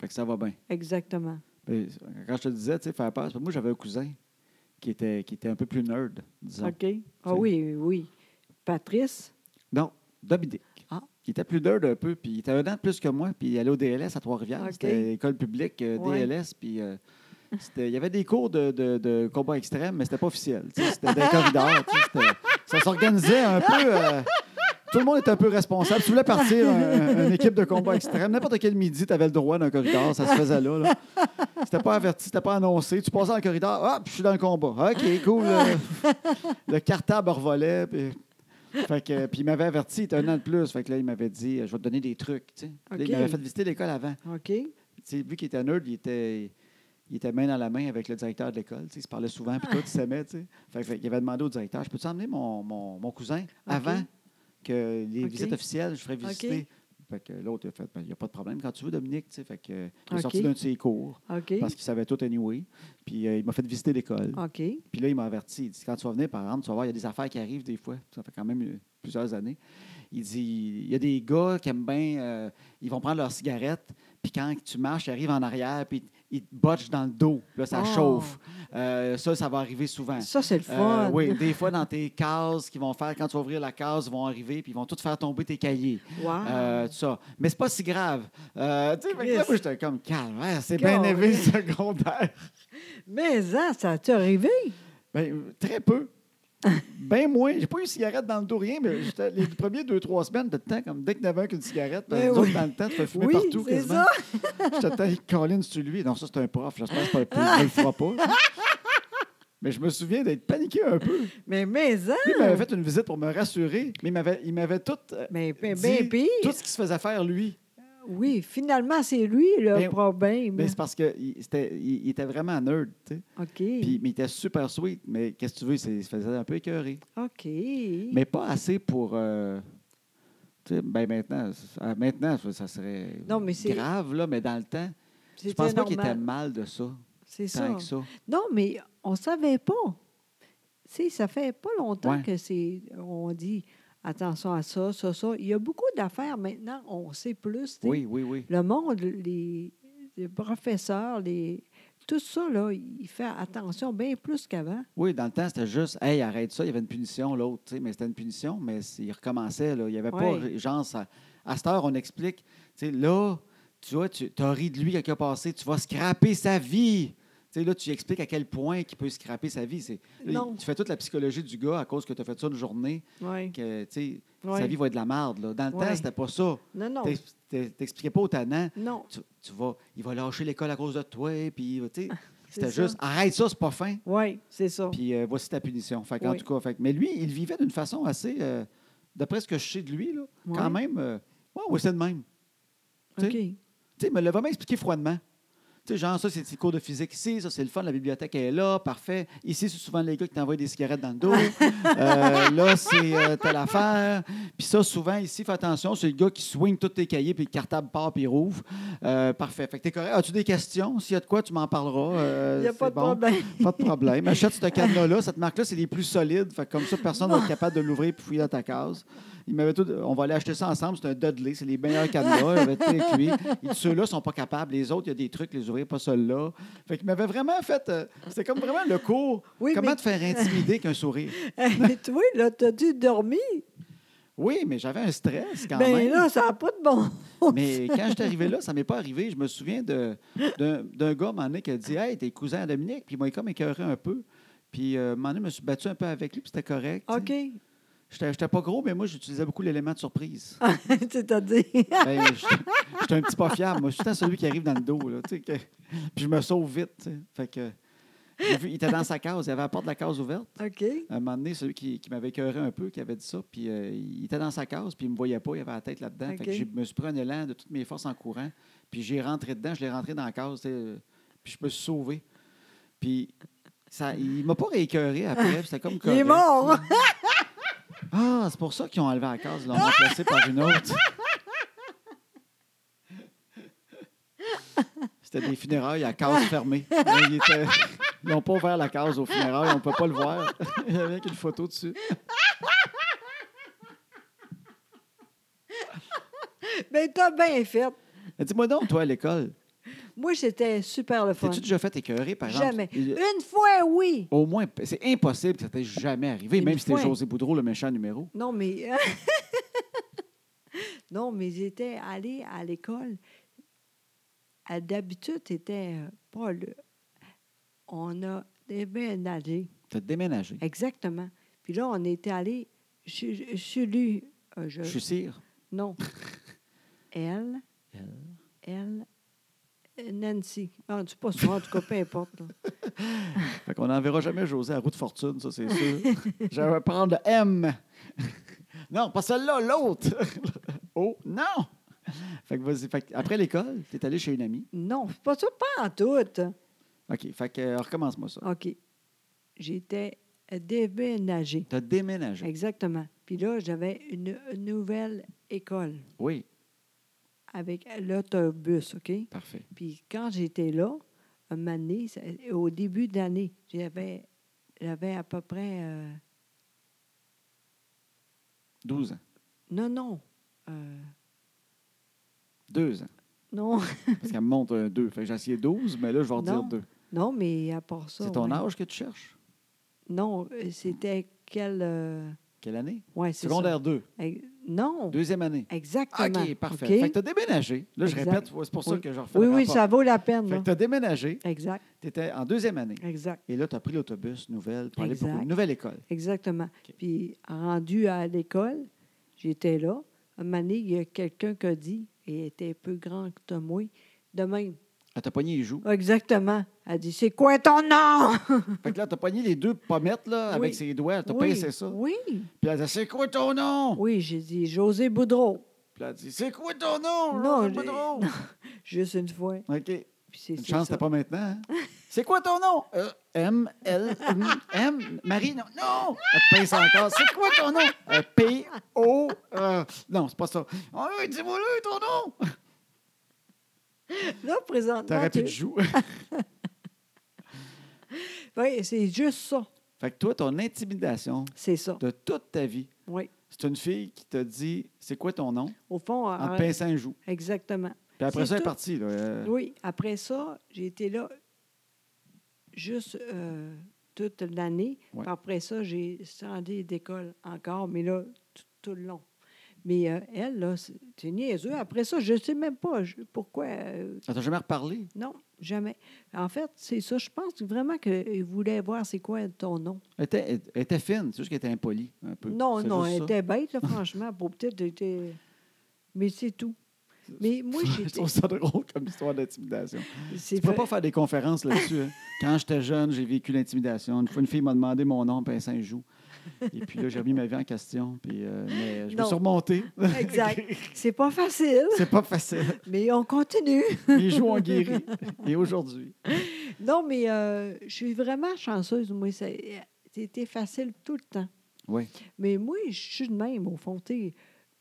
Fait que ça va bien. Exactement. Mais Quand je te disais, tu sais, faire peur, c'est parce que moi, j'avais un cousin qui était, qui était un peu plus nerd, disons. OK? Ah oui, oui. Patrice? Non, Dominique. Ah. Il était plus nerd un peu, puis il était un an de plus que moi, puis il allait au DLS à Trois-Rivières. OK. C'était école publique, euh, Ouais. DLS, puis euh, c'était- il y avait des cours de, de, de combat extrême, mais c'était pas officiel. tu sais, C'était des corridors. tu sais, c'était- Ça s'organisait un peu. euh, Tout le monde est un peu responsable. Si tu voulais partir un- une équipe de combat extrême, n'importe quel midi, tu avais le droit d'un corridor. Ça se faisait là. là. C'était pas averti, c'était pas annoncé. Tu passais dans le corridor. Hop, je suis dans le combat. OK, cool. Le, le cartable revolait. Puis, fait que, puis il m'avait averti. Il était un an de plus. Fait que là, il m'avait dit Je vais te donner des trucs. tu sais. Là, OK. il m'avait fait visiter l'école avant. OK. Tu sais, vu qu'il était nerd, il était, il était main dans la main avec le directeur de l'école. tu sais, Il se parlait souvent, puis tout, il s'aimait. tu sais. Fait, que- fait qu'il avait demandé au directeur Je peux-tu emmener mon, mon- mon cousin avant que les OK. visites officielles, je ferais visiter Fait que l'autre, il a fait Ben, Il n'y a pas de problème quand tu veux, Dominique. tu sais. Fait que, euh, il est OK. sorti d'un de ses cours OK. parce qu'il savait tout anyway. Puis euh, il m'a fait visiter l'école. OK. Puis là, il m'a averti. Il dit Quand tu vas venir, par exemple, tu vas voir, il y a des affaires qui arrivent des fois. Ça fait quand même euh, plusieurs années. Il dit Il y a des gars qui aiment bien, euh, ils vont prendre leur cigarette, puis quand tu marches, ils arrivent en arrière, puis ils te botchent dans le dos. Puis Là, ça Oh. chauffe. Euh, ça, ça va arriver souvent. Ça, c'est le Euh, fun. oui, des fois, dans tes cases qu'ils vont faire, quand tu vas ouvrir la case, ils vont arriver, puis ils vont tout faire tomber tes cahiers. Wow. Euh, tout ça. Mais c'est pas si grave. Euh, tu sais, fait que Ah. là, Chris. moi, j'étais comme calme, hein, c'est bien élevé le secondaire. Mais ça, ça t'est arrivé? Ben, euh, très peu. Ben moins. J'ai pas eu de cigarette dans le dos, rien, mais j'étais- les premiers deux, trois semaines de temps, comme dès qu'il y en avait un qu'une cigarette, ben, Ben nous oui. autres, dans le temps, tu peux fumer Oui, partout c'est quasiment. ça. J'étais tant Colin sur lui. Non, ça, c'est un prof. J'espère que c'est pas un prof. Il le fera pas. Mais je me souviens d'être paniqué un peu. Lui, Mais mais hein. ça. il m'avait ben, fait une visite pour me rassurer, mais il m'avait- il m'avait tout, euh, Mais ben, dit ben pire. tout ce qui se faisait faire lui. Oui, finalement, c'est lui le Ben, problème. Mais c'est parce qu'il était, il, il était vraiment nerd, tu sais. OK. Puis, mais il était super sweet, mais qu'est-ce que tu veux, c'est- il se faisait un peu écœuré. OK. Mais pas assez pour. euh, tu sais, ben maintenant, c- ah, maintenant, ça- ça serait Non, mais c'est- grave, là, mais dans le temps, je C'était pense pas qu'il normal. était mal de ça, C'est tant ça. que ça. Non, mais on ne savait pas. Tu sais, ça fait pas longtemps Ouais. que c'est. On dit attention à ça, ça, ça. Il y a beaucoup d'affaires maintenant, on sait plus. tu sais. Oui, oui, oui. Le monde, les, les professeurs, les, tout ça, là, il fait attention bien plus qu'avant. Oui, dans le temps, c'était juste, hey, arrête ça, il y avait une punition, l'autre, tu sais, mais c'était une punition, mais c'est- il recommençait, là. Il n'y avait Ouais. pas, genre, ça- à cette heure, on explique, tu sais, là, tu vois, tu as ri de lui quelque a passé, tu vas scraper sa vie. Tu sais, là, tu expliques à quel point il peut scraper sa vie. C'est- là, il- Non. Tu fais toute la psychologie du gars à cause que tu as fait ça une journée. Oui. que, tu sais, Ouais. sa vie va être de la merde. Là. Dans le Ouais. temps, c'était pas ça. Non, non. T'ex- t'ex- T'expliquais pas au tannant, Non. tu, tu vas, il va lâcher l'école à cause de toi, puis tu sais, c'était ça. juste, arrête ça, c'est pas fin, Oui, c'est ça. puis euh, voici ta punition. Fait qu'en Oh. Oui. tout cas, fait que- mais lui, il vivait d'une façon assez, euh, d'après ce que je sais de lui, là, quand Ouais. même, euh, ouais, ouais, c'est de même. tu OK. Tu sais, il me l'a vraiment expliqué froidement. Tu sais, genre, ça, c'est le cours de physique ici, ça, c'est le fun, la bibliothèque est là, parfait. Ici, c'est souvent les gars qui t'envoient des cigarettes dans le dos. Euh, là, c'est euh, telle affaire. Puis ça, souvent, ici, fais attention, c'est le gars qui swing tous tes cahiers, puis le cartable part, puis il rouvre. Euh, parfait. Fait que t'es correct. As-tu des questions? S'il y a de quoi, tu m'en parleras. Euh, Il n'y a c'est pas de bon. problème. Pas de problème. Achète ce cadenas-là. Cette marque-là, c'est les plus solides. Fait que comme ça, personne va être capable de l'ouvrir et fouiller dans ta case. Il m'avait tout. On va aller acheter ça ensemble. C'est un Dudley. C'est les meilleurs cadenas. Il avait été cuit. Il dit, Ceux-là sont pas capables. Les autres, il y a des trucs, les ouvrir, pas ceux-là. Fait qu'il m'avait vraiment fait. euh, C'était comme vraiment le cours. Oui, Comment mais- te faire intimider qu'un sourire? Mais toi, là, t'as dû dormir. Oui, mais j'avais un stress quand Ben même. là, ça n'a pas de bon. Mais quand je suis arrivé là, ça m'est pas arrivé. Je me souviens de- d'un d'un gars, un moment donné, qui a dit Hey, t'es cousin à Dominique. Puis il m'a comme écœuré un peu. Puis, euh, un moment donné, je me suis battu un peu avec lui, puis c'était correct. tu sais. OK. J'étais j'étais pas gros, mais moi, j'utilisais beaucoup l'élément de surprise. C'est-à-dire. Ben, j'étais j'étais un petit pas fiable. Moi, je suis tout le temps celui qui arrive dans le dos. Là, tu sais, que- puis je me sauve vite. tu sais. Fait que, j'ai vu, il était dans sa case. Il avait la porte de la case ouverte. OK. À un moment donné, celui qui, qui m'avait écœuré un peu, qui avait dit ça, puis euh, il était dans sa case, puis il me voyait pas, il avait la tête là-dedans. Fait que OK. je me suis pris un élan de toutes mes forces en courant, puis j'ai rentré dedans, je l'ai rentré dans la case, tu sais, euh, puis je me suis sauvé. Puis ça, il m'a pas réécœuré après, puis c'était comme Il est correct. mort. Ah, c'est pour ça qu'ils ont enlevé la case, ils l'ont remplacé par une autre. C'était des funérailles à case fermée. Mais il était- Ils n'ont pas ouvert la case aux funérailles, on ne peut pas le voir. Il y avait avec une photo dessus. Ben, t'as bien fait. Mais Dis-moi donc, toi, à l'école, Moi, c'était super le fun. t'es-tu déjà fait écœurer, par exemple? Jamais. Il- Une fois, oui. Au moins, c'est impossible que ça t'ait jamais arrivé, Une même si c'était fois. José Boudreau, le méchant numéro. Non, mais. non, mais j'étais allée à l'école. À- D'habitude, c'était euh, pas le. On a déménagé. T'as déménagé. Exactement. Puis là, on était allé chez, chez lui, euh, je- Je suis cire. Non. Elle, Elle. elle, euh, Nancy. Ah, dis pas souvent, en tout cas, peu importe. là. Fait qu'on n'enverra jamais José à roue de fortune, ça, c'est sûr. Je vais prendre le M. non, pas celle-là, l'autre. oh, non! Fait que vas-y. Fait que après l'école, t'es allé chez une amie. Non, c'est pas ça, pas en tout. OK, fait que euh, recommence-moi ça. OK. J'étais déménagée. T'as déménagé. Exactement. Puis là, j'avais une nouvelle école Oui, avec l'autobus, OK? parfait. Puis quand j'étais là, un moment donné, ça- au début de l'année, j'avais, j'avais à peu près. euh, 12 ans. non, non. euh, 2 ans. non, Parce qu'elle me montre un 2. Fait que j'ai essayé 12, mais là, je vais redire Non, 2. non, mais à part ça. C'est ton ouais. âge que tu cherches? Non, euh, c'était quel. euh, Quelle année? ouais, c'est Secondaire 2. ça. Ex- Non, Deuxième année. exactement. OK, parfait. OK? Fait que t'as déménagé. Là, je Exact. répète, c'est pour ça que je refais oui, le oui, rapport. ça vaut la peine. Fait là. que t'as déménagé. Exact, T'étais en deuxième année. exact, Et là, tu as pris l'autobus nouvelle pour aller pour Exact. une nouvelle école. exactement. OK. Puis rendu à l'école, j'étais là. Un moment donné, il y a quelqu'un qui a dit, et il était plus grand que moi, de même. Elle t'a pogné les joues. Exactement. Elle dit C'est quoi ton nom Fait que là, t'as pogné les deux pommettes là, Oui. avec ses doigts. T'as Oui, pincé ça. Oui. Puis elle dit C'est quoi ton nom Oui, j'ai dit José Boudreau. Puis elle dit C'est quoi ton nom Non, José j'ai- Boudreau? Juste une fois. OK. Puis c'est Une c'est chance, ça. t'as pas maintenant. hein? C'est quoi ton nom Euh, M, L, M, M, Marie, non. Non Elle te pince encore. C'est quoi ton nom Euh, P, O, euh, Non, c'est pas ça. Oh, oui, dis-moi le ton nom Là, présentement. Ah, T'aurais plus tu- de joues. Oui, c'est juste ça. Fait que toi, ton intimidation C'est ça. de toute ta vie, Oui. C'est une fille qui te dit c'est quoi ton nom Au fond, en euh, te pinçant un joue. exactement. Puis après C'est ça, elle est tout. partie. Là. Euh, Oui, après ça, j'ai été là juste euh, toute l'année. Ouais. Puis Après ça, j'ai changé d'école encore, mais là, tout, tout le long. Mais euh, elle, là, c'est c'est niaiseux. Après ça, je ne sais même pas je- pourquoi. euh, Elle t'a jamais reparlé. non, jamais. En fait, c'est ça. Je pense vraiment qu'ils voulaient voir c'est quoi ton nom. Elle était, elle- elle était fine, c'est juste qu'elle était impolie un peu. Non, C'est non, juste elle ça. était bête, là, franchement. Pour peut-être, elle était- Mais c'est tout. Mais moi, Je j'étais. trouve ça drôle comme histoire d'intimidation. c'est Tu peux vrai- pas faire des conférences là-dessus. hein. Quand j'étais jeune, j'ai vécu l'intimidation. Une fois, une fille m'a demandé mon nom, pinçant un joue. Et puis là, j'ai remis ma vie en question. Puis, euh, mais je me Non. suis remonté. Exact. C'est pas facile, c'est pas facile. mais on continue. Les joues ont guéri. Et aujourd'hui. Non, mais euh, je suis vraiment chanceuse. Moi, ça- c'était facile tout le temps. Oui. Mais moi, je suis de même, au fond. tu sais,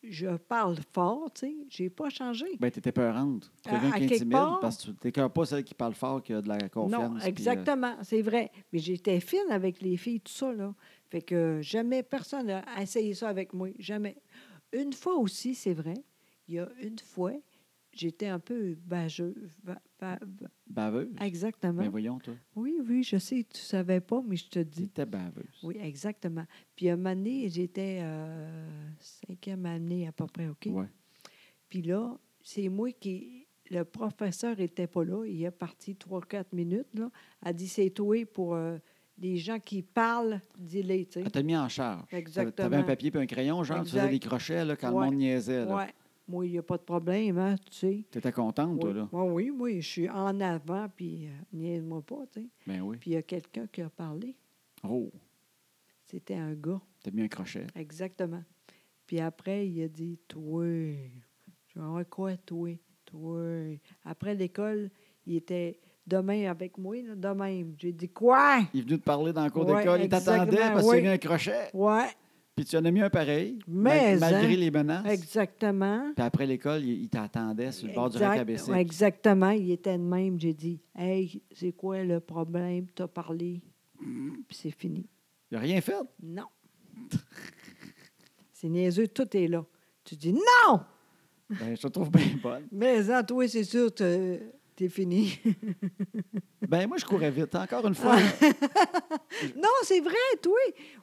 Je parle fort, tu sais. J'ai pas changé. Ben, t'étais peurante. À- à Quelqu'un qui est quelque intimide, part. parce que tu t'écœures pas celle qui parle fort, qui a de la confiance. Non, puis, euh, exactement, c'est vrai. Mais j'étais fine avec les filles, tout ça, là. Fait que jamais personne n'a essayé ça avec moi, jamais. Une fois aussi, c'est vrai, il y a une fois, j'étais un peu bâgeux. ba- ba- ba- baveuse. exactement. Ben voyons, toi. Oui, oui, je sais, tu savais pas, mais je te dis. T'étais baveuse. Oui, exactement. Puis un moment donné, j'étais euh, cinquième année à peu près, OK? Ouais. Puis là, c'est moi qui. Le professeur n'était pas là. Il est parti 3-4 minutes. Là, a dit c'est toi pour euh, les gens qui parlent, dis-les. tu sais. Elle t'a mis en charge. Exactement. Ah, T'avais un papier puis un crayon, genre, tu faisais Exact. des crochets là, quand Ouais. le monde niaisait. Là. Ouais. Moi, il n'y a pas de problème, hein, tu sais. T'étais contente, toi, Oui, là. Ouais, oui, oui, je suis en avant, puis euh, niaise-moi pas, tu sais. Ben oui. Puis il y a quelqu'un qui a parlé. Oh, C'était un gars, t'as mis un crochet. exactement. Puis après, il a dit Toi, je vais avoir quoi, toi Toi. Après l'école, il était demain avec moi, là, de même. J'ai dit Quoi Il est venu te parler dans le cours Ouais, d'école. Il t'attendait exactement, parce que oui. tu as mis un crochet. Ouais, Puis tu en as mis un pareil, Mais, mal- malgré hein. les menaces. exactement. Puis après l'école, il, il t'attendait Ah, sur le bord du rack à Exact- baisser. ouais, exactement, il était de même. J'ai dit Hey, c'est quoi le problème T'as parlé. Puis c'est fini. Il n'a rien fait. Non. c'est niaiseux, tout est là. Tu dis Non Ben, je te trouve bien bonne. Mais en toi, c'est sûr, t'es t'es fini. Ben, moi, je courais vite. Encore une fois, là. Ah. non, c'est vrai, toi.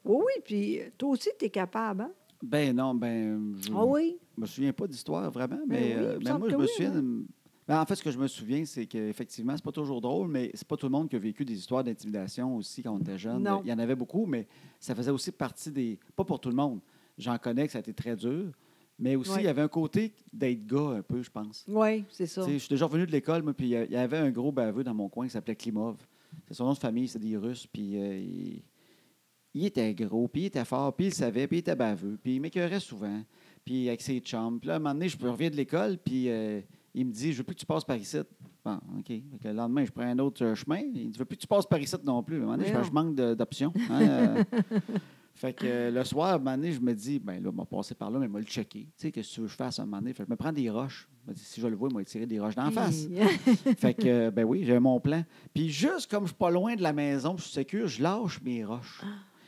Oui, oui, puis euh, toi aussi, t'es capable. Hein? ben non, ben. je- Ah oui Je me souviens pas d'histoire vraiment, Ben mais, oui, il euh, me mais semble moi, je que me oui, hein. souviens. Ben, en fait, ce que je me souviens, c'est qu'effectivement, c'est pas toujours drôle, mais c'est pas tout le monde qui a vécu des histoires d'intimidation aussi quand on était jeune. Non. Il y en avait beaucoup, mais ça faisait aussi partie des. Pas pour tout le monde. j'en connais que ça a été très dur. Mais aussi, il Ouais. y avait un côté d'être gars un peu, je pense. Oui, c'est ça. Tu sais, Je suis déjà revenu de l'école, moi, puis il y a- il y avait un gros baveux dans mon coin qui s'appelait Klimov. C'est son nom de famille, c'est des Russes, puis euh, il, il était gros, puis il était fort, puis il le savait, puis il était baveux, puis il m'écœurait souvent, puis avec ses chums. Puis là, un moment donné, je reviens de l'école, puis euh, il me dit Je veux plus que tu passes par ici. Bon, OK. Fait que le lendemain, je prends un autre euh, chemin. Il dit Je veux plus que tu passes par ici non plus. À un moment donné, je, fais, Voyons. Je manque de- d'options. hein, euh. fait que euh, le soir, à un moment donné, je me dis ben là, on va passer par là, mais on va le checker. Tu sais, qu'est-ce que tu veux que je fasse à un moment donné Fait que je me prends des roches. Je me dis, si je le vois, il m'a tiré des roches d'en face. Fait que, euh, ben oui, j'avais mon plan. Puis juste comme je suis pas loin de la maison, puis je suis sécure, je lâche mes roches.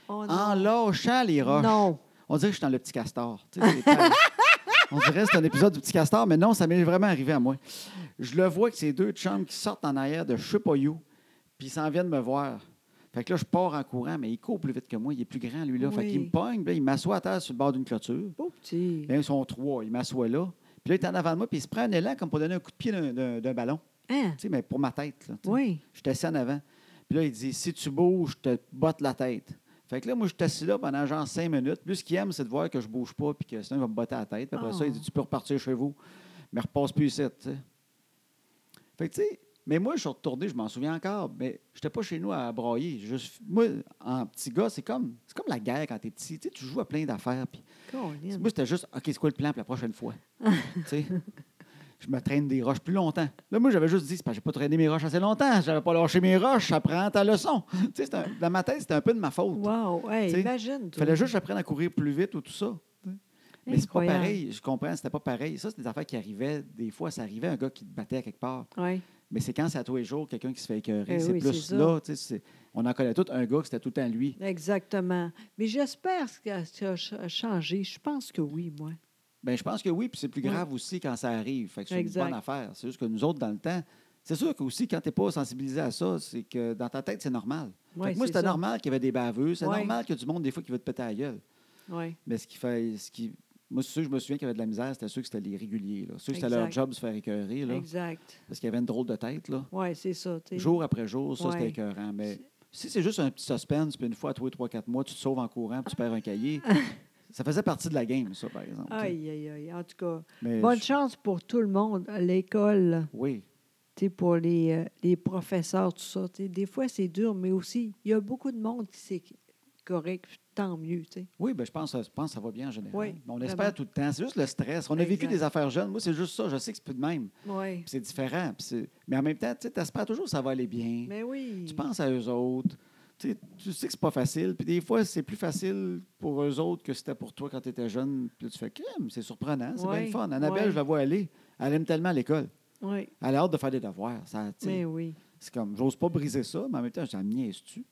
Oh, non. En lâchant les roches. Non. On dirait que je suis dans le petit castor. tu sais, c'est pas- On dirait que c'est un épisode du petit castor, mais non, ça m'est vraiment arrivé à moi. Je le vois que ces deux chums qui sortent en arrière de je sais pas où, puis ils s'en viennent me voir. Fait que là, je pars en courant, mais il court plus vite que moi. Il est plus grand, lui, là. Fait Oui. qu'il me pogne, puis là, il m'assoit à terre sur le bord d'une clôture. Beau petit. Là, ils sont trois. Il m'assoit là. Puis là, il est en avant de moi, puis il se prend un élan comme pour donner un coup de pied d'un- d'un d'un ballon. Hein? Tu sais, mais pour ma tête. Là, tu sais. Oui. J'étais assis en avant. Puis là, il dit Si tu bouges, je te botte la tête. Fait que là, moi, je suis assis là pendant genre cinq minutes. Plus ce qu'il aime, c'est de voir que je bouge pas, puis que sinon, il va me botter la tête. Puis après ça, il dit Tu peux repartir chez vous, mais repasse plus ici. tu sais. Fait que, tu sais, mais moi, je suis retourné, je m'en souviens encore, mais j'étais pas chez nous à brailler. Je suis- moi, en petit gars, c'est comme, c'est comme la guerre quand t'es petit. Tu sais, tu joues à plein d'affaires, puis Colin. moi, c'était juste, OK, c'est quoi le plan pour la prochaine fois? Tu sais, je me traîne des roches plus longtemps. Là, moi, j'avais juste dit, c'est parce que j'ai pas traîné mes roches assez longtemps. J'avais pas lâché mes roches, apprends ta leçon. Tu sais, c'est un- dans ma tête, c'était un peu de ma faute. Wow. Hey, Tu sais, imagine. Il toi. fallait juste que j'apprenne à courir plus vite ou tout ça. Mais c'est pas Incroyable. pareil. Je comprends, c'était pas pareil. Ça, c'est des affaires qui arrivaient. Des fois, ça arrivait un gars qui te battait à quelque part. Ouais. Mais c'est quand c'est à tous les jours, quelqu'un qui se fait écœurer. Eh c'est oui, plus c'est ça. là. tu sais, c'est- On en connaît tous un gars que c'était tout le temps lui. Exactement. Mais j'espère que ça a ch- changé. Je pense que oui, moi. Ben, je pense que oui, puis c'est plus Oui. grave aussi quand ça arrive. Fait que c'est une Exact. bonne affaire. C'est juste que nous autres, dans le temps, c'est sûr que aussi quand tu n'es pas sensibilisé à ça, c'est que dans ta tête, c'est normal. Fait que Ouais, moi, c'est c'était ça. normal qu'il y avait des baveux, c'est Ouais. normal qu'il y ait du monde des fois qui veut te péter la gueule. Oui. Mais ce qui fait. Ce qui... Moi, c'est sûr que je me souviens qu'il y avait de la misère, c'était ceux que c'était les réguliers. Là. Ceux que c'était leur Exact. job de se faire écœurer, là, Exact. parce qu'il y avait une drôle de tête. Là. Oui, c'est ça. tu sais. Jour après jour, ça, c'était Ouais. écœurant. Mais si c'est juste un petit suspense, puis une fois à tous les 3-4 mois, tu te sauves en courant, puis tu perds un cahier, ça faisait partie de la game, ça, par exemple. tu sais. Aïe, aïe, aïe. En tout cas, Mais bonne je- chance pour tout le monde. à L'école, Oui. tu sais, pour les, euh, les professeurs, tout ça. tu sais. Des fois, c'est dur, mais aussi, il y a beaucoup de monde qui c'est correct, puis tant mieux. tu sais. Oui, ben, je, pense, je pense que ça va bien en général. Oui, Mais on vraiment. espère tout le temps. C'est juste le stress. On a vécu Exact. des affaires jeunes. Moi, c'est juste ça. Je sais que c'est plus de même. Oui. Puis C'est différent. Puis c'est- Mais en même temps, tu espères toujours que ça va aller bien. Mais oui. Tu penses à eux autres. Tu sais, tu sais que c'est pas facile. Puis des fois, c'est plus facile pour eux autres que c'était pour toi quand tu étais jeune. Puis là, tu fais crème. C'est surprenant. C'est Oui, bien le fun. Annabelle, oui. je la vois aller. Elle aime tellement l'école. Oui. Elle a hâte de faire des devoirs. Ça, tu sais, Mais oui. C'est comme, j'ose pas briser ça, mais en même temps, j'en niaise-tu.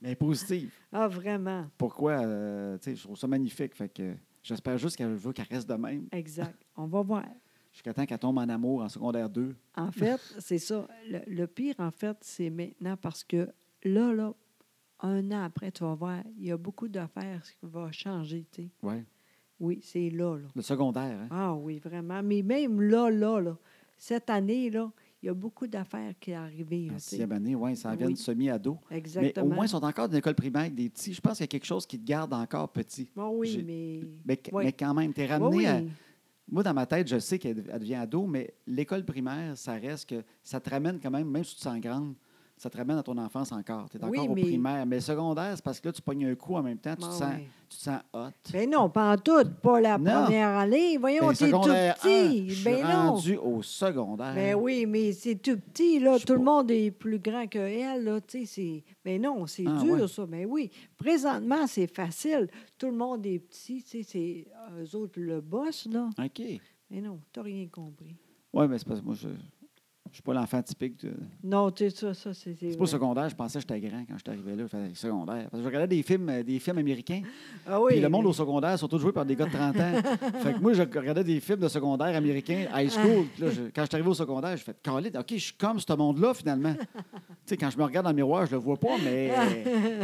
mais positive. Ah, vraiment. pourquoi, euh, tu sais, je trouve ça magnifique. Fait que euh, j'espère juste qu'elle veut qu'elle reste de même Exact. On va voir. jusqu'à temps qu'elle tombe en amour en secondaire 2. En fait, c'est ça. Le, le pire, en fait, c'est maintenant parce que là, là, un an après, tu vas voir, il y a beaucoup d'affaires qui vont changer, tu sais. Ouais. Oui, c'est là, là. Le secondaire, hein? Ah oui, vraiment. Mais même là, là, là, cette année, là, il y a beaucoup d'affaires qui sont arrivées, là, En tu sais. sixième année, oui, ça en vient Oui. de semi-ado. Mais Exactement. au moins, ils sont encore d'une école primaire avec des petits. Je pense qu'il y a quelque chose qui te garde encore petit. Ah oui, j'ai- mais... Mais, qu- Oui. mais quand même, t'es Ah ramené oui. à. Moi, dans ma tête, je sais qu'elle dev- elle devient ado, mais l'école primaire, ça reste que ça te ramène quand même, même si tu te sens grande, ça te ramène à ton enfance encore. Tu es Oui, encore au mais- primaire. Mais le secondaire, c'est parce que là, tu pognes un coup en même temps, tu, Ah te, sens, oui. tu te sens hot. Ben non, pas en tout, pas la Non. première année. Voyons, Ben, t'es tout secondaire un, petit. je suis ben non. rendu au secondaire. Ben oui, mais c'est tout petit, là. Je sais Tout le pas. monde est plus grand que elle, là. Tu sais, c'est... Mais non, c'est Ah, dur, ouais. ça. Ben oui. Présentement, c'est facile. Tout le monde est petit, tu sais, c'est eux autres le boss, là. OK. Mais non, t'as rien compris. Oui, mais c'est parce que moi, je ne suis pas l'enfant typique. de- Non, tu sais, ça, ça, c'est... C'est pas au vrai. secondaire, je pensais que j'étais grand quand je suis arrivé là. Je faisais secondaire. Parce que je regardais des films, euh, des films américains. Ah oui. puis le monde mais- au secondaire sont tous joués par des gars de 30 ans. fait que moi, je regardais des films de secondaire américains, Ah. high school. Puis là, je- quand je suis arrivé au secondaire, je fait Calé, OK, je suis comme ce monde-là, finalement. tu sais, quand je me regarde dans le miroir, je le vois pas, mais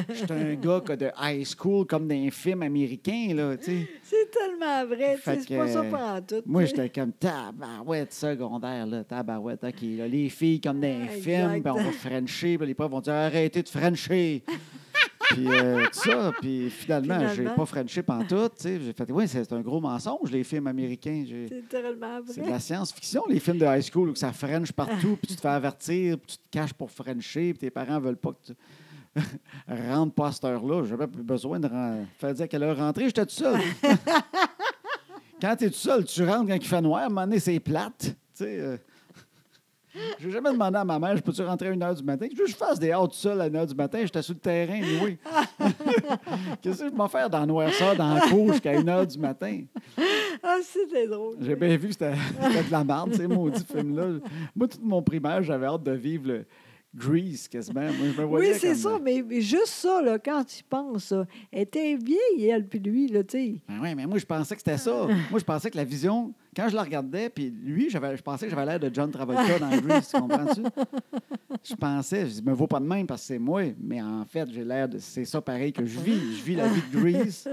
je suis un gars que de high school, comme d'un film américain, là, tu sais. C'est tellement vrai, tu Fait sais, c'est pas que, ça pendant tout. Moi, tu sais. j'étais comme tabarouette secondaire, là, tabarouette, OK. là, les filles comme dans les Ah, films, exact. puis on va frencher, puis les profs vont dire arrêtez de frencher. Puis euh, tout ça, puis finalement, j'ai Finalement. pas Frenché pantoute, tu sais. J'ai fait, oui, c'est un gros mensonge, les films américains. J'ai- C'est tellement C'est de vrai. la science-fiction, les films de high school où ça French partout, puis tu te fais avertir, puis tu te caches pour Frencher, puis tes parents veulent pas que tu rentres pas à cette heure-là. J'avais plus besoin de ren- faire dire à quelle heure rentrer, j'étais tout seul. quand tu es tout seul, tu rentres quand il fait noir, à un moment donné, c'est plate. Tu sais, euh, J'ai jamais demandé à ma mère, je peux-tu rentrer à 1h du matin? Je veux que je fasse des heures tout seul à 1h du matin, j'étais sur le terrain, oui. Qu'est-ce que je vais faire dans la noirceur, dans la cour jusqu'à 1h du matin? Ah, c'était drôle. J'ai bien vu que c'était c'était de la merde, ces maudits films-là. Moi, tout mon primaire, j'avais hâte de vivre le Grease, quasiment. Moi, je me voyais Oui, c'est comme- ça, mais mais juste ça, là, quand tu y penses, là, elle était vieille, elle, puis lui, là, tu sais. Ben ouais, mais moi, je pensais que c'était ça. Ah. Moi, je pensais que la vision, quand je la regardais, puis lui, j'avais- je pensais que j'avais l'air de John Travolta dans Grease, tu comprends-tu? Je pensais, je dis, me vaut pas de même parce que c'est moi, mais en fait, j'ai l'air de. C'est ça pareil que je vis. Je vis la vie de Grease.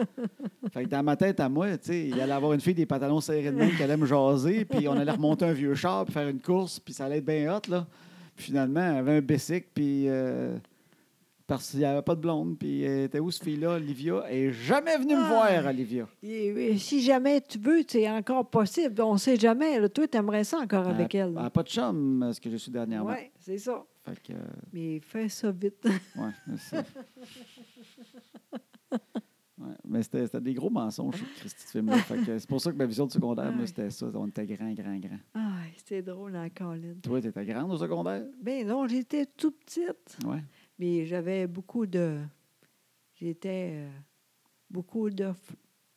Fait que dans ma tête à moi, tu sais, il allait avoir une fille des pantalons serrés de même qui allait me jaser, puis on allait remonter un vieux char, puis faire une course, puis ça allait être bien hot, là. Puis finalement, elle avait un bicycle, puis. euh, parce qu'il n'y avait pas de blonde, puis elle était où, ce fille-là, Olivia? Elle est jamais venue me voir, Olivia. Et- et euh, Si jamais tu veux, c'est encore possible. On sait jamais. Là, toi, t'aimerais ça encore avec Elle a- elle. elle a pas de chum, euh, ce que je suis Ah, dernièrement. Oui, c'est ça. Fait que, euh, Mais fais ça vite. ouais, mais c'est- Ouais, mais c'était c'était des gros mensonges, sur Christy, ce film-là. Fait que C'est pour ça que ma vision du secondaire, moi, Ouais. c'était ça. On était grand, grand, grand. Ah, c'était drôle, la Colin. Toi, t'étais grande au secondaire? Ben non, j'étais tout petite, Ouais. mais j'avais beaucoup de. J'étais euh, beaucoup de f-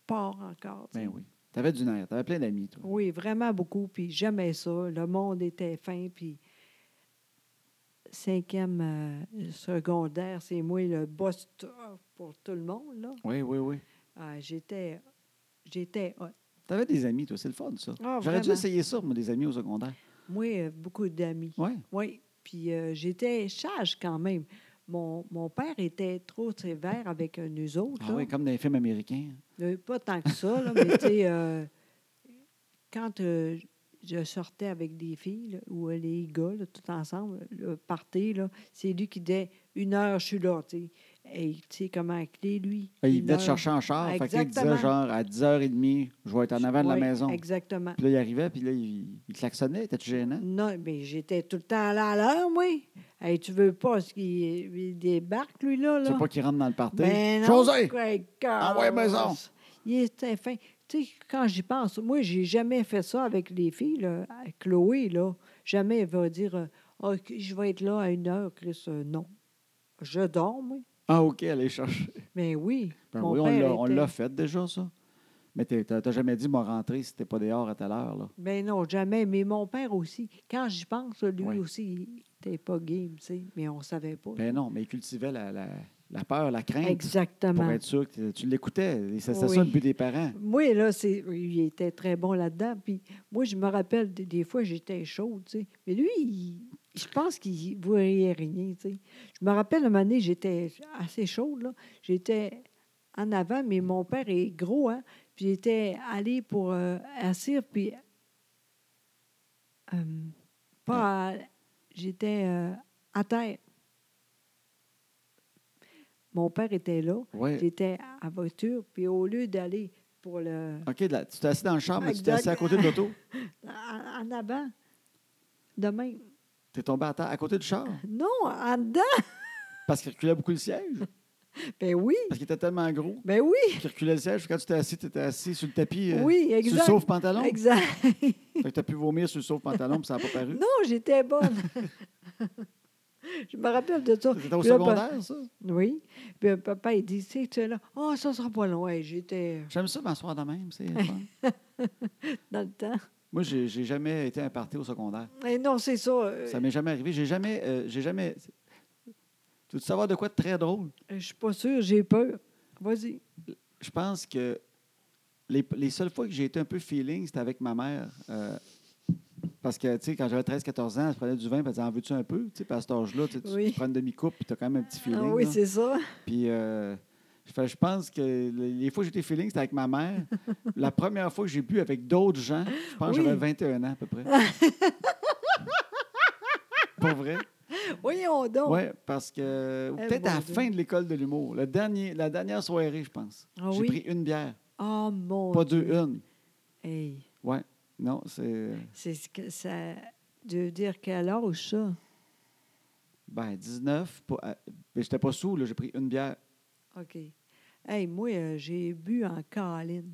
port encore. tu sais. Ben oui. T'avais du nerf, t'avais plein d'amis, toi. Oui, vraiment beaucoup. Puis j'aimais ça. Le monde était fin. Puis cinquième euh, secondaire, c'est moi le boss t- pour tout le monde. Là. Oui, oui, oui. Ah, j'étais. J'étais. hot. T'avais des amis, toi. C'est le fun, ça. Ah, J'aurais dû vraiment. essayer ça, moi, des amis au secondaire. Moi, euh, beaucoup d'amis. Ouais. Oui. Puis euh, j'étais sage quand même. Mon, mon père était trop sévère avec euh, nous autres. Ah là. oui, comme dans les films américains. Euh, Pas tant que ça, là, mais tu sais, euh, quand euh, je sortais avec des filles là, ou euh, les gars, là, tout ensemble, le party, là, c'est lui qui disait une heure, je suis là. Tu sais. Hey, tu sais comment il est, lui. Ah, Il Une venait te heure. chercher en char. Fait qu'il disait, Exactement. genre, à 10h30, je vais être en avant de la Oui, maison. Exactement. Puis là, il arrivait, puis là, il, il klaxonnait. T'es-tu gênant? Non, mais j'étais tout le temps là à l'heure, moi. Hey, tu veux pas ce qu'il il débarque, lui, là? Tu là? sais pas qu'il rentre dans le party. Ben non, José! Craig Envoie maison. Il était fin. Tu sais, quand j'y pense, moi, j'ai jamais fait ça avec les filles, là, à Chloé, là. Jamais elle va dire euh, Ah, ok, je vais être là à une heure, Chris. Euh, non. Je dors, moi. Ah, OK, allez chercher. Mais oui. Ben mon oui, on père l'a- on était- l'a fait déjà, ça. Mais t'es- t'as t'as jamais dit, m'a rentré si t'es pas dehors à telle heure, là. Ben non, jamais. Mais mon père aussi. Quand j'y pense, lui Oui. aussi, il était pas game, tu sais. Mais on savait pas. Ben non, mais il cultivait la, la, la peur, la crainte. Exactement. Pour être sûr que t'es- tu l'écoutais. Et C'est c'est ça Oui. le but des parents. Moi, là, c'est, il était très bon là-dedans. Puis moi, je me rappelle, des, des fois, j'étais chaude, tu sais. Mais lui, il- je pense qu'il ne voyait rien, tu sais. Je me rappelle, une année, j'étais assez chaude, là. J'étais en avant, mais mon père est gros, hein. Puis j'étais allé pour euh, assir, puis... euh, pas à- J'étais euh, à terre. Mon père était là. Oui. J'étais en voiture, puis au lieu d'aller pour le. OK, là, tu t'es assis dans le char, mais tu t'es Exact. assis à côté de l'auto. En, en avant. Demain. T'es tombé à terre, à côté du char. Non, en dedans. Parce qu'il reculait beaucoup le siège. Ben oui. Parce qu'il était tellement gros Ben oui. qu'il reculait le siège. Quand tu t'es assis, t'étais assis sur le tapis. euh, Oui, Sur le exact. sauve-pantalon. Exact. Fait que t'as pu vomir sur le sauve-pantalon, puis ça n'a pas paru. Non, j'étais bonne. Je me rappelle de ça. C'était au Puis là, pa- secondaire, ça? Oui. Puis euh, papa, il dit, c'est là. Oh, ça sera pas long. Ouais, j'étais J'aime ça m'asseoir de même, c'est le fun. dans le temps. Moi, j'ai j'ai jamais été un party au secondaire. Et non, c'est ça. euh, Ça m'est jamais arrivé. J'ai jamais, euh, j'ai jamais. Tu veux savoir de quoi de très drôle Je suis pas sûre, j'ai peur. Vas-y. Je pense que les, les seules fois que j'ai été un peu feeling, c'était avec ma mère. euh, parce que, tu sais, quand j'avais 13-14 ans, je prenais du vin, puis elle disait, en veux-tu un peu? Tu sais, puis à cet âge-là, tu, sais, tu- Oui. tu prends une demi-coupe, puis t'as quand même un petit feeling. Ah oui, là. c'est ça. Puis euh, je fais- je pense que les les fois que j'étais feeling, c'était avec ma mère. La première fois que j'ai bu avec d'autres gens, je pense que Oui. j'avais 21 ans à peu près. Pas vrai? Voyons donc. Oui, parce que. ou Oh. Eh, peut-être mon à la Dieu. fin de l'école de l'humour. Le dernier, la dernière soirée, je pense. Ah J'ai oui? pris une bière. Oh mon Pas Dieu. deux, une. Hey, Oui. Non, c'est. c'est ce que ça. De dire quel âge, ça? Ben, 19. Pas, euh, ben, j'étais pas saoul, là, j'ai pris une bière. OK. Hey, moi, euh, j'ai bu en caline.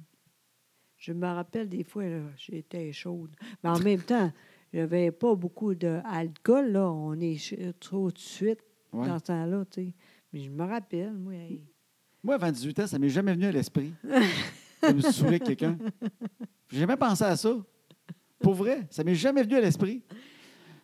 Je me rappelle des fois, là, j'étais chaude. Mais en même temps, j'avais pas beaucoup d'alcool, là. On est ch- trop de suite Ouais. dans ce temps-là, tu sais. Mais je me rappelle, moi, hey. Moi, avant 18 ans, ça m'est jamais venu à l'esprit de me saouler avec quelqu'un. J'ai jamais pensé à ça. Pour vrai, ça m'est jamais venu à l'esprit.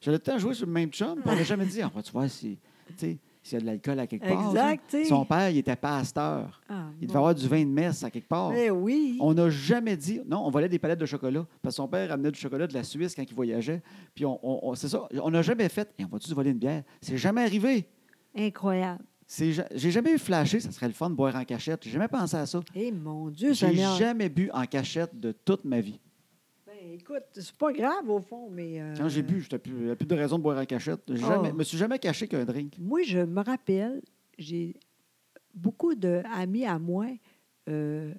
J'avais le temps de jouer sur le même chum, puis on n'a jamais dit, on va tu voir si, tu sais, s'il y a de l'alcool à quelque part. Exact, tu sais. tu sais. Son père, il était pasteur. Ah, Il devait mon- avoir du vin de messe à quelque part. Eh oui. On n'a jamais dit, non, on volait des palettes de chocolat, parce que son père amenait du chocolat de la Suisse quand il voyageait. Puis on, on- on- c'est ça, on n'a jamais fait, et on va-tu voler une bière? C'est jamais arrivé. Incroyable. C'est ja- J'ai jamais eu flashé, ça serait le fun de boire en cachette. J'ai jamais pensé à ça. Eh mon Dieu, J'ai Seigneur. jamais bu en cachette de toute ma vie. Ben, écoute, c'est pas grave, au fond, mais... euh, Quand j'ai bu, j'étais plus, j'avais plus de raison de boire en cachette. Je Oh. me suis jamais caché qu'un drink. Moi, je me rappelle, j'ai beaucoup d'amis à moi, euh,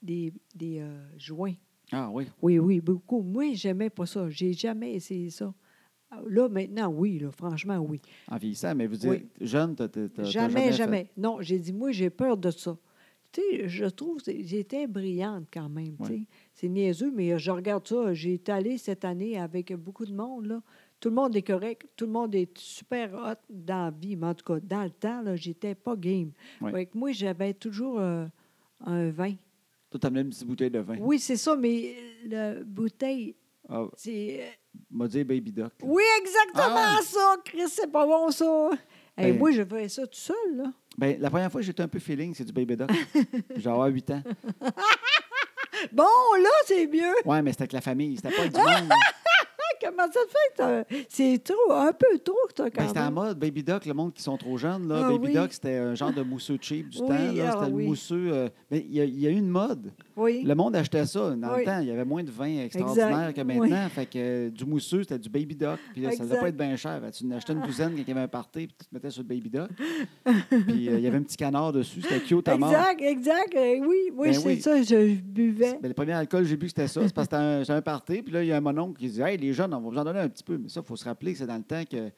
des, des euh, joints. Ah oui. Oui, oui, beaucoup. Moi, j'aimais pas ça. J'ai jamais essayé ça. Ah, Là, maintenant, oui, là, franchement, oui. En vieillissant, mais vous dites, Oui. jeune, t'as, t'as- t'as- t'as Jamais, jamais. fait. Non, j'ai dit, moi, j'ai peur de ça. Tu sais, je trouve, c'est- j'étais brillante quand même. tu Ouais. sais. C'est niaiseux, mais euh, je regarde ça. J'ai été allée cette année avec beaucoup de monde. Là. Tout le monde est correct. Tout le monde est super hot dans la vie. Mais en tout cas, dans le temps, là, j'étais pas game. Ouais. Fait que moi, j'avais toujours euh, un vin. Toi, t'as amené une petite bouteille de vin. Oui, c'est ça, mais la bouteille, Ah, c'est. euh, m'a dit Baby Doc. Oui, exactement Ah! ça, Chris, c'est pas bon ça. Hey, Ben- moi, je faisais ça tout seul, là. Ben, la première fois, j'étais un peu feeling, c'est du Baby Doc. J'avais 8 ans. Bon, là, c'est mieux. Ouais, mais c'était avec la famille, c'était pas avec du monde. hein. Ah, Comment ça te fait? t'as- C'est trop, un peu trop, toi, Ben, quand c'était en même. mode Baby Doc, le monde qui sont trop jeunes. Là. Ah Baby oui. Doc, c'était un genre de mousseux cheap du Oui, temps. là. ah C'était le oui. mousseux. euh, mais il y, a- il y a eu une mode. Oui. Le monde achetait ça. Dans le Oui. temps, il y avait moins de vin extraordinaire Exact, que maintenant. Fait que euh, du mousseux, c'était du Baby Doc. Puis là, ça ne devait Exact. pas être bien cher. Fait que tu en achetais une douzaine quand il y avait un party, puis tu te mettais sur le Baby Doc. Puis euh, il y avait un petit canard dessus. C'était cute à mort. Exact, exact. euh, oui, oui, Ben c'est oui. ça, je buvais. Ben, le premier alcool que j'ai bu, c'était ça. C'est parce que c'était un- c'était un, party. Puis là, il y a un oncle qui dit Hey, les jeunes, on va vous en donner un petit peu. Mais ça, il faut se rappeler que c'est dans le temps que euh,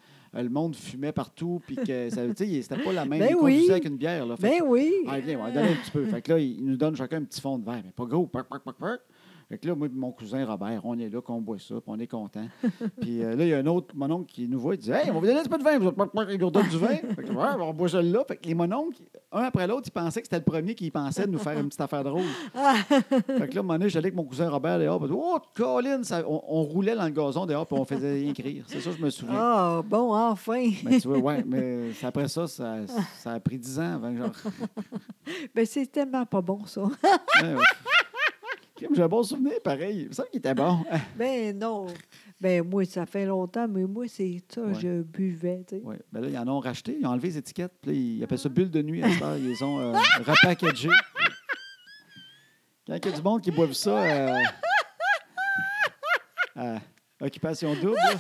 le monde fumait partout. Puis que ça- tu sais, c'était pas la même. Ben ils oui. conduisaient avec une bière. Là, Fait Ben oui. ah, viens, on va donner un petit peu. Fait que là, il nous donne chacun un petit fond de verre, mais pas gros. Pac, pac, pac, pac. Fait que là, moi et mon cousin Robert, on est là, qu'on boit ça, puis on est content. Puis euh, là, il y a un autre mononcle qui nous voit, il dit Hey, on va vous donner un petit peu de vin. Vous autres, pac, pac, Il nous donne du vin. Fait que, ouais, on boit celui-là. Fait que les mononcles, un après l'autre, ils pensaient que c'était le premier qui pensait de nous faire une petite affaire drôle. Fait que là, à un moment donné, j'allais avec mon cousin Robert dehors, puis Oh, Colin, ça- on, on roulait dans le gazon dehors, puis on faisait rien rire. C'est ça, je me souviens. Ah, bon, enfin. Mais tu vois, ouais, mais c'est après ça, ça, ça a pris 10 ans avant que j'en Ben, c'est tellement pas bon, ça. Ouais, ouais. Crime, J'ai un bon souvenir, pareil. Il me semble qu'il était bon. Ben, non. Ben, moi, ça fait longtemps, mais moi, c'est ça, Ouais. je buvais, tu sais. Ouais. Ben là, ils en ont racheté, ils ont enlevé les étiquettes, puis là, ils appellent ça bulle de nuit à cette heure. Ils les ont euh, repackagées. Quand il y a du monde qui boive ça euh, à occupation double, là,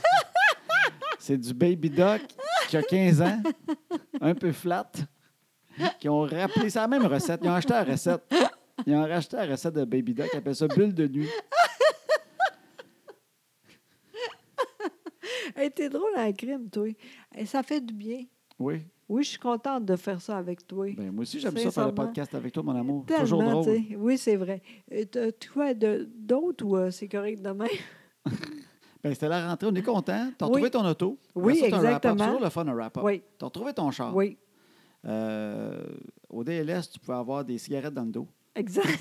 c'est du baby doc qui a 15 ans, un peu flat, qui ont rappelé ça, la même recette. Ils ont acheté la recette. Ils ont racheté la recette de baby doc, ils appellent ça bulle de nuit. Hey, t'es drôle en crime, toi. Hey, ça fait du bien. Oui. Oui, je suis contente de faire ça avec toi. Ben, moi aussi, j'aime ça faire le Sincèrement. podcast avec toi, mon amour. C'est Tellement, Toujours drôle. tu sais. Oui, c'est vrai. Euh, t'as- Toi, de- d'autres ou euh, c'est correct demain? Ben, c'était la rentrée, on est content. T'as Oui. retrouvé ton auto. Oui, Après ça, t'as un wrap-up. exactement. C'est toujours le fun, un wrap-up. Oui, T'as retrouvé ton char. oui, Euh, au DLS, tu pouvais avoir des cigarettes dans le dos. exact.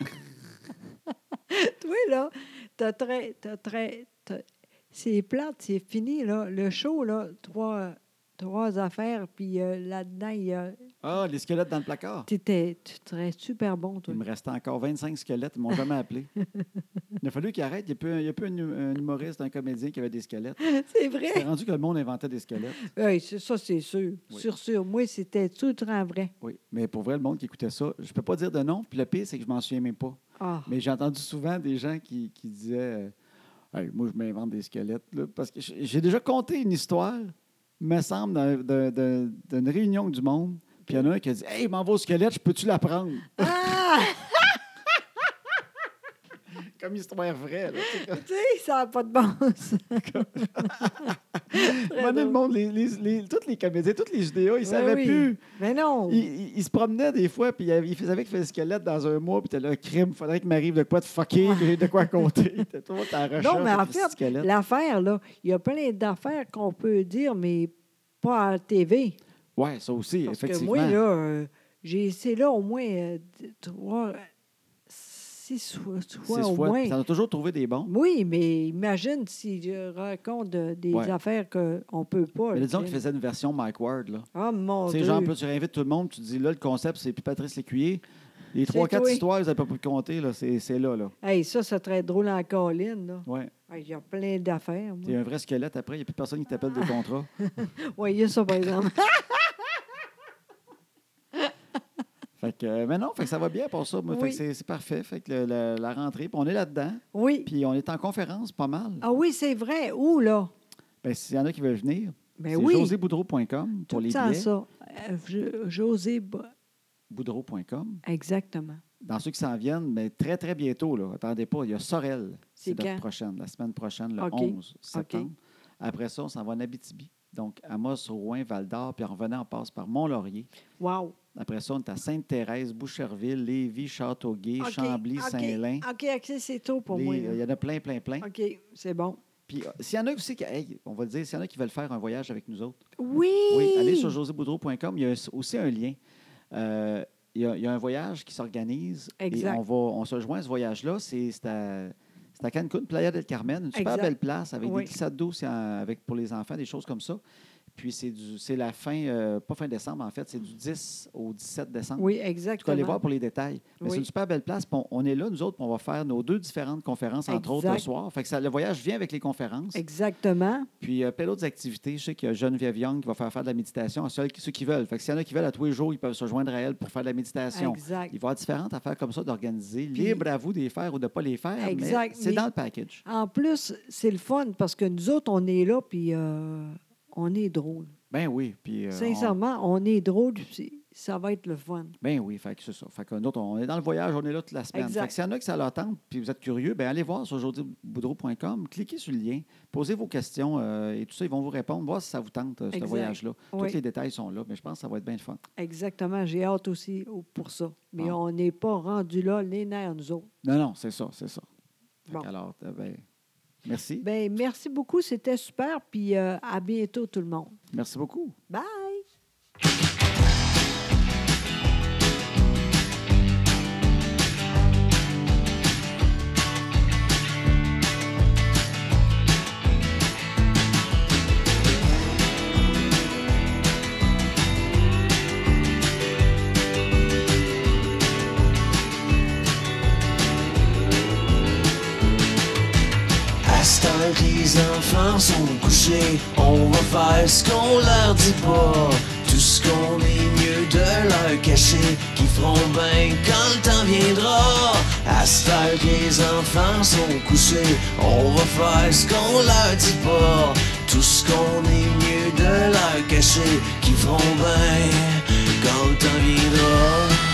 toi, là, t'as très, t'as très, t'as- c'est plate, c'est fini, là. Le show, là, trois, trois affaires, puis euh, là-dedans, il y a... Ah, les squelettes dans le placard. t'étais, tu serais super bon, toi. Il me restait encore 25 squelettes. Ils m'ont jamais appelé. Il a fallu qu'ils arrêtent. Il n'y a plus, un- il y a plus un, hu- un humoriste, un comédien qui avait des squelettes. C'est C'est vrai. rendu que le monde inventait des squelettes. Oui, c'est- ça, c'est sûr. Oui. Sûr, sûr. Moi, c'était tout en vrai. Oui. Mais pour vrai, le monde qui écoutait ça, je peux pas dire de nom. Puis le pire, c'est que je m'en souviens même pas. Ah, Mais j'ai entendu souvent des gens qui, qui disaient euh, Hey, Moi, je m'invente des squelettes. là. parce que j- j'ai déjà conté une histoire me semble, d'un- d'un- d'un- d'une réunion du monde. Puis il y en a un qui a dit Hey, m'envoie au squelette, je peux-tu la prendre Ah! Comme histoire vraie. Là, tu sais, comme- tu sais, ça n'a pas de bon sens. Très Maintenant, le drôle. monde, les, les, les- tous les comédiens, tous les vidéos, ils ne Oui, savaient oui. plus. Mais non. Ils, ils- ils se promenaient des fois, puis ils il savaient qu'ils faisaient squelette dans un mois, puis t'es là, crime, faudrait qu'il m'arrive de quoi de fucker, que j'ai de quoi compter. T'es tout le monde à la recherche Non, mais de en Christy fait, squelette. L'affaire, là, il y a plein d'affaires qu'on peut dire, mais pas à la TV. Ouais, ça aussi, Parce que effectivement. moi, là, euh, j'ai essayé là au moins euh, d- trois, six fois, Six fois au fois, moins. puis T'en as toujours trouvé des bons. Oui, mais imagine si je raconte de- des Ouais. affaires qu'on ne peut pas. Mais disons Jim. qu'ils faisaient une version Mike Ward, là. Ah, mon Tu Dieu. sais, genre, là, tu réinvites tout le monde, tu dis, là, le concept, c'est plus Patrice Lécuyer. Les trois, quatre toi. histoires, vous n'avez pas pu compter, là, c'est c'est là, là. Hey, ça, ça serait drôle en colline. là. Ouais. Ah, Il y a plein d'affaires. T'es un vrai squelette après, il n'y a plus personne qui t'appelle Ah. des contrats. Oui, il y a ça, par exemple. Fait que, euh, mais non, fait que ça va bien pour ça. moi. Fait que Oui. c'est- c'est parfait. Fait que le- la- la rentrée, puis on est là-dedans. oui. Puis on est en conférence pas mal. Ah oui, c'est vrai. Où, là? Ben, s'il y en a qui veulent venir, Ben c'est oui. joséboudreau.com Tout pour le les temps, billets. ça. Euh, Jo- José. Bo- Boudreau.com. Exactement. Dans ceux qui s'en viennent, mais très, très bientôt, là. Attendez pas, il y a Sorel. C'est C'est la quand? prochaine, la semaine prochaine, le OK. 11 septembre. Après ça, on s'en va en Abitibi. Donc, Amos, Rouen, Val-d'Or, puis en revenant, on passe par Mont-Laurier. Wow. Après ça, on est à Sainte-Thérèse, Boucherville, Lévis, Châteauguay, OK, Chambly, OK, Saint-Lin. OK, OK, c'est tôt pour Les- moi. Il là. y en a plein, plein, plein. OK, c'est bon. Puis, euh, s'il y en a aussi qui, hey, on va le dire, s'il y en a qui veulent faire un voyage avec nous autres, Oui. Oui, allez sur joséboudreau.com. Il y a un- aussi un lien. Euh, il, y a, il y a un voyage qui s'organise. Et Exact. on, va, on se joint à ce voyage-là. C'est c'est à, c'est à Cancun, Playa del Carmen. Une super Exact. belle place avec Oui. des glissades d'eau c'est en- avec, pour les enfants, des choses comme ça. Puis c'est du- c'est la fin, euh, pas fin décembre en fait, c'est du 10 au 17 décembre. Oui, Tu peux aller exactement. voir pour les détails. Mais c'est Oui. une super belle place. Puis On, on est là, nous autres, puis on va faire nos deux différentes conférences, entre autres, le Exact. soir. Fait que ça, le voyage vient avec les conférences. Exactement. Puis, euh, plein d'autres activités. Je sais qu'il y a Geneviève Young qui va faire faire de la méditation à ceux, ceux qui veulent. Fait que s'il y en a qui veulent, à tous les jours, ils peuvent se joindre à elle pour faire de la méditation. Il va Exact. y avoir différentes affaires comme ça d'organiser. Puis- Libre à vous de les faire ou de ne pas les faire. mais Exact, C'est mais- dans le package. En plus, c'est le fun parce que nous autres, on est là, puis euh, on est drôle. Ben oui. Puis, euh, on- Sincèrement, on est drôle, puis c'est- ça va être le fun. Ben oui, fait que c'est ça. Fait que nous autres, on est dans le voyage, on est là toute la semaine. Exact. Fait que s'il y en a qui ça leur tente, puis vous êtes curieux, ben allez voir sur jaudiboudreau.com, cliquez sur le lien, posez vos questions euh, et tout ça, ils vont vous répondre, voir si ça vous tente, euh, ce Exact. voyage-là. Oui. Tous les détails sont là, mais je pense que ça va être bien le fun. Exactement. J'ai hâte aussi au- pour ça. Mais Bon. on n'est pas rendu là, les nerfs, nous autres. Non, non, c'est ça, c'est ça. Fait que Bon. Alors, euh, ben, merci. Ben, merci beaucoup. C'était super. Puis euh, à bientôt, tout le monde. Merci beaucoup. Bye. À ce temps que les enfants sont couchés, on va faire ce qu'on leur dit pas. Tout ce qu'on est mieux de leur cacher, qui feront bien quand le temps viendra. À ce temps que les enfants sont couchés, on va faire ce qu'on leur dit pas. Tout ce qu'on est mieux de leur cacher, qui feront bien quand le temps viendra.